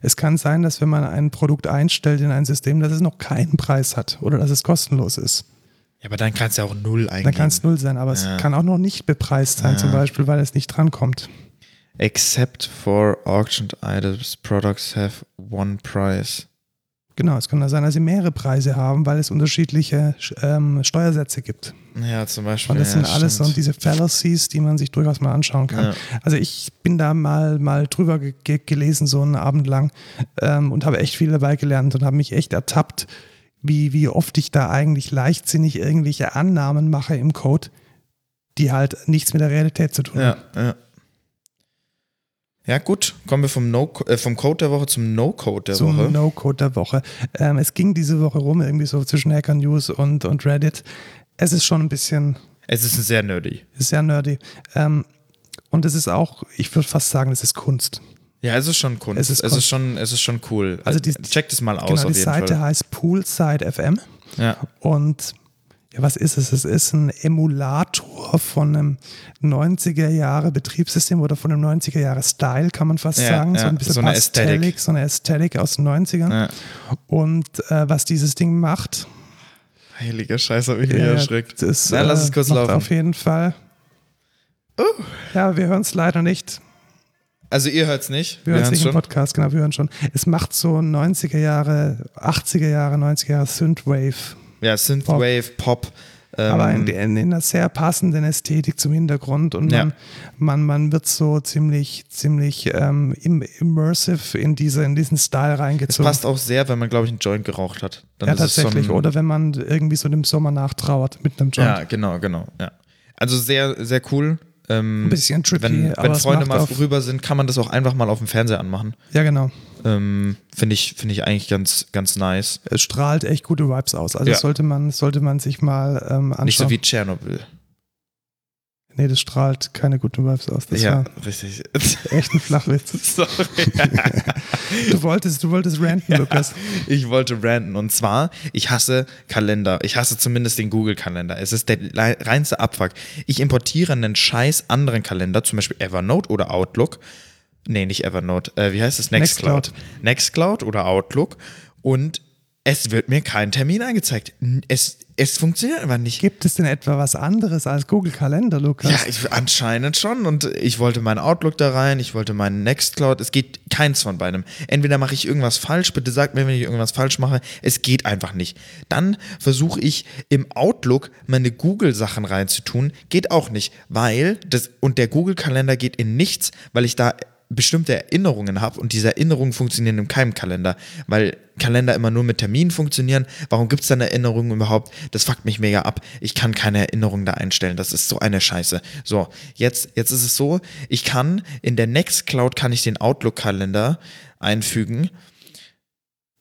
Speaker 2: Es kann sein, dass wenn man ein Produkt einstellt in ein System, dass es noch keinen Preis hat oder dass es kostenlos ist.
Speaker 1: Ja, aber dann kannst du ja auch null
Speaker 2: Dann
Speaker 1: eingeben.
Speaker 2: kann es null sein, aber
Speaker 1: Ja.
Speaker 2: es kann auch noch nicht bepreist sein,
Speaker 1: Ja.
Speaker 2: zum Beispiel, weil es nicht drankommt.
Speaker 1: Except for auctioned items, products have one price.
Speaker 2: Genau, es kann auch sein, dass sie mehrere Preise haben, weil es unterschiedliche ähm, Steuersätze gibt.
Speaker 1: Ja, zum Beispiel.
Speaker 2: Und das
Speaker 1: ja,
Speaker 2: sind alles so
Speaker 1: stimmt.
Speaker 2: diese Fallacies, die man sich durchaus mal anschauen kann.
Speaker 1: Ja.
Speaker 2: Also ich bin da mal, mal drüber ge ge gelesen, so einen Abend lang, ähm, und habe echt viel dabei gelernt und habe mich echt ertappt, wie, wie oft ich da eigentlich leichtsinnig irgendwelche Annahmen mache im Code, die halt nichts mit der Realität zu tun
Speaker 1: Ja,
Speaker 2: haben.
Speaker 1: ja. Ja, gut. Kommen wir vom, no äh, vom Code der Woche zum No-Code der
Speaker 2: Zum
Speaker 1: Woche.
Speaker 2: No-Code der Woche. Ähm, es ging diese Woche rum, irgendwie so zwischen Hacker News und, und Reddit. Es ist schon ein bisschen
Speaker 1: es ist sehr nerdy.
Speaker 2: ist sehr nerdy. Ähm, und es ist auch, ich würde fast sagen, es ist Kunst.
Speaker 1: Ja, es ist schon Kunst. Es
Speaker 2: Es
Speaker 1: ist,
Speaker 2: ist Kunst.
Speaker 1: schon, es ist schon cool. Äh,
Speaker 2: Also die-
Speaker 1: Checkt es mal aus
Speaker 2: Genau,
Speaker 1: auf
Speaker 2: die
Speaker 1: jeden
Speaker 2: Seite
Speaker 1: Fall.
Speaker 2: heißt Poolside FM
Speaker 1: Ja.
Speaker 2: und ja, was ist es? Es ist ein Emulator von einem 90er Jahre Betriebssystem oder von einem 90er Jahre Style, kann man fast
Speaker 1: Ja,
Speaker 2: sagen. so
Speaker 1: ja,
Speaker 2: ein bisschen
Speaker 1: so eine
Speaker 2: Pastellic,
Speaker 1: Ästhetik.
Speaker 2: so eine Ästhetik aus den 90ern.
Speaker 1: ja.
Speaker 2: Und äh, was dieses Ding macht,
Speaker 1: Heiliger Scheiß, habe ich mich
Speaker 2: äh,
Speaker 1: erschreckt.
Speaker 2: das, äh,
Speaker 1: Na, lass es kurz
Speaker 2: macht
Speaker 1: laufen. Uh.
Speaker 2: Auf jeden Fall. Ja, wir hören es leider nicht.
Speaker 1: Also ihr hört es nicht.
Speaker 2: Wir hören es nicht im
Speaker 1: schon.
Speaker 2: Podcast, genau, wir hören schon. Es macht so 90er Jahre, 80er Jahre, 90er Jahre Synthwave.
Speaker 1: Ja, Synthwave, Pop. ähm,
Speaker 2: Aber in, in, in einer sehr passenden Ästhetik zum Hintergrund und man,
Speaker 1: Ja.
Speaker 2: man, man wird so ziemlich, ziemlich ähm, im, immersive in, diese, in diesen Style
Speaker 1: es
Speaker 2: reingezogen.
Speaker 1: passt auch sehr, wenn man, glaube ich, einen Joint geraucht hat. Dann
Speaker 2: ja,
Speaker 1: ist es so
Speaker 2: tatsächlich.
Speaker 1: ein-
Speaker 2: Oder wenn man irgendwie so dem Sommer nachtrauert mit einem Joint.
Speaker 1: Ja, genau, genau. Ja. Also sehr, sehr cool. Ähm,
Speaker 2: Ein bisschen trippy,
Speaker 1: wenn,
Speaker 2: aber
Speaker 1: wenn
Speaker 2: es
Speaker 1: Freunde
Speaker 2: macht
Speaker 1: mal
Speaker 2: auf-
Speaker 1: vorüber sind, kann man das auch einfach mal auf dem Fernseher anmachen.
Speaker 2: Ja, genau.
Speaker 1: Ähm, Finde ich, finde ich eigentlich ganz, ganz nice.
Speaker 2: Es strahlt echt gute Vibes aus. Also
Speaker 1: Ja.
Speaker 2: das sollte man, sollte man sich mal ähm, anschauen.
Speaker 1: Nicht so wie Tschernobyl.
Speaker 2: nee, das strahlt keine guten Vibes aus. Das war
Speaker 1: richtig.
Speaker 2: echt ein Flachwitz.
Speaker 1: Sorry.
Speaker 2: Du wolltest, du wolltest ranten, Lukas.
Speaker 1: Ich wollte ranten. Und zwar, ich hasse Kalender. Ich hasse zumindest den Google-Kalender. Es ist der lei- reinste Abfuck. Ich importiere einen scheiß anderen Kalender, zum Beispiel Evernote oder Outlook. Nee, nicht Evernote. Äh, wie heißt es? Nextcloud. Nextcloud oder Outlook. Und es wird mir kein Termin angezeigt. N- Es, es funktioniert einfach nicht.
Speaker 2: Gibt es denn etwa was anderes als Google Kalender, Lukas?
Speaker 1: Ja, ich, anscheinend schon. Und ich wollte meinen Outlook da rein, ich wollte meinen Nextcloud. Es geht keins von beidem. Entweder mache ich irgendwas falsch, bitte sagt mir, wenn ich irgendwas falsch mache. Es geht einfach nicht. Dann versuche ich im Outlook meine Google-Sachen reinzutun. Geht auch nicht, weil das und der Google-Kalender geht in nichts, weil ich da bestimmte Erinnerungen habe und diese Erinnerungen funktionieren in keinem Kalender, weil Kalender immer nur mit Terminen funktionieren. Warum gibt es dann Erinnerungen überhaupt? Das fuckt mich mega ab. Ich kann keine Erinnerungen da einstellen. Das ist so eine Scheiße. So, jetzt, jetzt ist es so, ich kann in der Nextcloud kann ich den Outlook-Kalender einfügen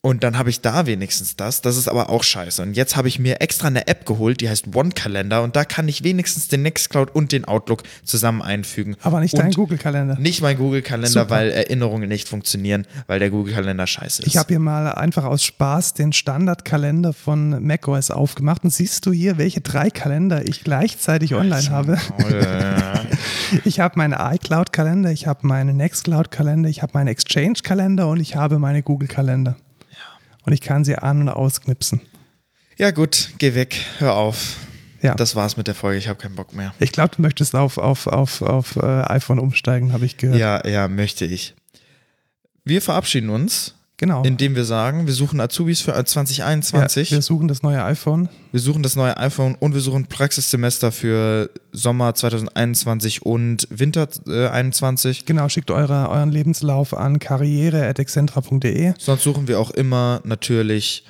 Speaker 1: und dann habe ich da wenigstens das. Das ist aber auch scheiße. Und jetzt habe ich mir extra eine App geholt, die heißt One Calendar und da kann ich wenigstens den Nextcloud und den Outlook zusammen einfügen.
Speaker 2: Aber nicht
Speaker 1: und
Speaker 2: dein Google-Kalender.
Speaker 1: nicht mein Google-Kalender,
Speaker 2: Super.
Speaker 1: weil Erinnerungen nicht funktionieren, weil der Google-Kalender scheiße ist.
Speaker 2: Ich habe hier mal einfach aus Spaß den Standardkalender von macOS aufgemacht und siehst du hier, welche drei Kalender ich gleichzeitig online habe. Ich habe meinen iCloud-Kalender, ich habe meinen Nextcloud-Kalender, ich habe meinen Exchange-Kalender und ich habe meine Google-Kalender. Und ich kann sie an- und ausknipsen.
Speaker 1: Ja, gut, geh weg, hör auf.
Speaker 2: Ja.
Speaker 1: Das war's mit der Folge, ich habe keinen Bock mehr.
Speaker 2: Ich glaube, du möchtest auf, auf, auf, auf äh, iPhone umsteigen, habe ich gehört.
Speaker 1: Ja, ja, möchte ich. Wir verabschieden uns,
Speaker 2: genau.
Speaker 1: indem wir sagen, wir suchen Azubis für 2021,
Speaker 2: Ja, wir suchen das neue iPhone.
Speaker 1: wir suchen das neue iPhone und wir suchen Praxissemester für Sommer 2021 und Winter äh, 21.
Speaker 2: Genau, schickt eure, euren Lebenslauf an karriere.excentra.de.
Speaker 1: Sonst suchen wir auch immer natürlich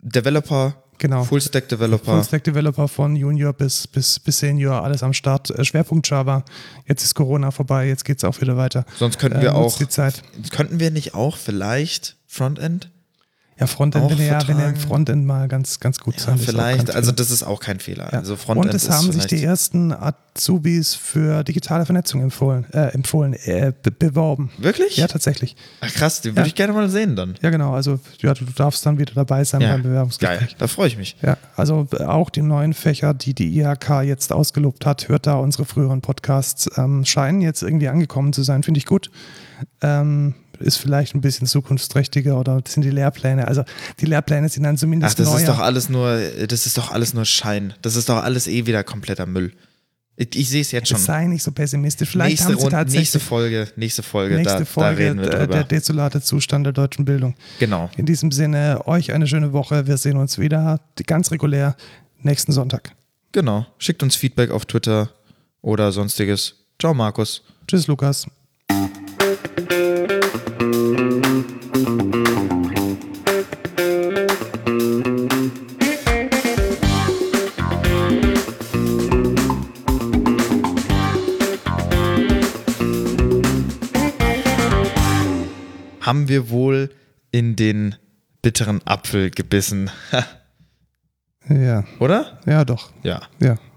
Speaker 1: Developer,
Speaker 2: Genau.
Speaker 1: Full-Stack-Developer.
Speaker 2: Full-Stack-Developer von Junior bis, bis, bis Senior, alles am Start. Äh, Schwerpunkt Java. Jetzt ist Corona vorbei, jetzt geht es auch wieder weiter.
Speaker 1: Sonst könnten
Speaker 2: Äh,
Speaker 1: wir
Speaker 2: nutzt
Speaker 1: auch,
Speaker 2: die Zeit.
Speaker 1: könnten wir nicht auch vielleicht Frontend?
Speaker 2: Ja, Frontend,
Speaker 1: Auch
Speaker 2: wenn ihr, ja, wenn ihr im
Speaker 1: vertragen.
Speaker 2: Frontend mal ganz, ganz gut
Speaker 1: Ja,
Speaker 2: sein ist auch
Speaker 1: vielleicht,
Speaker 2: ganz
Speaker 1: also
Speaker 2: viel.
Speaker 1: das ist auch kein Fehler.
Speaker 2: Ja.
Speaker 1: Also Frontend
Speaker 2: Und es
Speaker 1: ist
Speaker 2: haben sich die
Speaker 1: vielleicht-
Speaker 2: ersten Azubis für digitale Vernetzung empfohlen, äh, empfohlen äh, be beworben.
Speaker 1: Wirklich?
Speaker 2: Ja, tatsächlich.
Speaker 1: Ach, krass, den würde
Speaker 2: Ja.
Speaker 1: ich gerne mal sehen dann.
Speaker 2: Ja, genau. Also ja, du darfst dann wieder dabei sein beim Bewerbungsgespräch.
Speaker 1: Geil, da freue ich mich.
Speaker 2: Ja, also auch die neuen Fächer, die die IHK jetzt ausgelobt hat, hört da unsere früheren Podcasts, ähm, scheinen jetzt irgendwie angekommen zu sein, finde ich gut. Ähm, ist vielleicht ein bisschen zukunftsträchtiger oder sind die Lehrpläne, also die Lehrpläne sind dann
Speaker 1: Ach,
Speaker 2: zumindest
Speaker 1: das
Speaker 2: neuer.
Speaker 1: ist doch alles nur, das ist doch alles nur Schein. Das ist doch alles eh wieder kompletter Müll. Ich, ich sehe es jetzt schon.
Speaker 2: Sei nicht so pessimistisch. Vielleicht
Speaker 1: Nächste,
Speaker 2: haben sie
Speaker 1: Runde,
Speaker 2: tatsächlich
Speaker 1: nächste Folge, nächste Folge,
Speaker 2: nächste
Speaker 1: da,
Speaker 2: Folge
Speaker 1: da reden wir
Speaker 2: äh,
Speaker 1: drüber.
Speaker 2: der desolate Zustand der deutschen Bildung.
Speaker 1: genau.
Speaker 2: In diesem Sinne, euch eine schöne Woche. Wir sehen uns wieder ganz regulär nächsten Sonntag.
Speaker 1: Genau. Schickt uns Feedback auf Twitter oder sonstiges. Ciao, Markus.
Speaker 2: Tschüss, Lukas.
Speaker 1: Haben wir wohl in den bitteren Apfel gebissen,
Speaker 2: Ja,
Speaker 1: oder?
Speaker 2: ja, doch.
Speaker 1: Ja.
Speaker 2: Ja.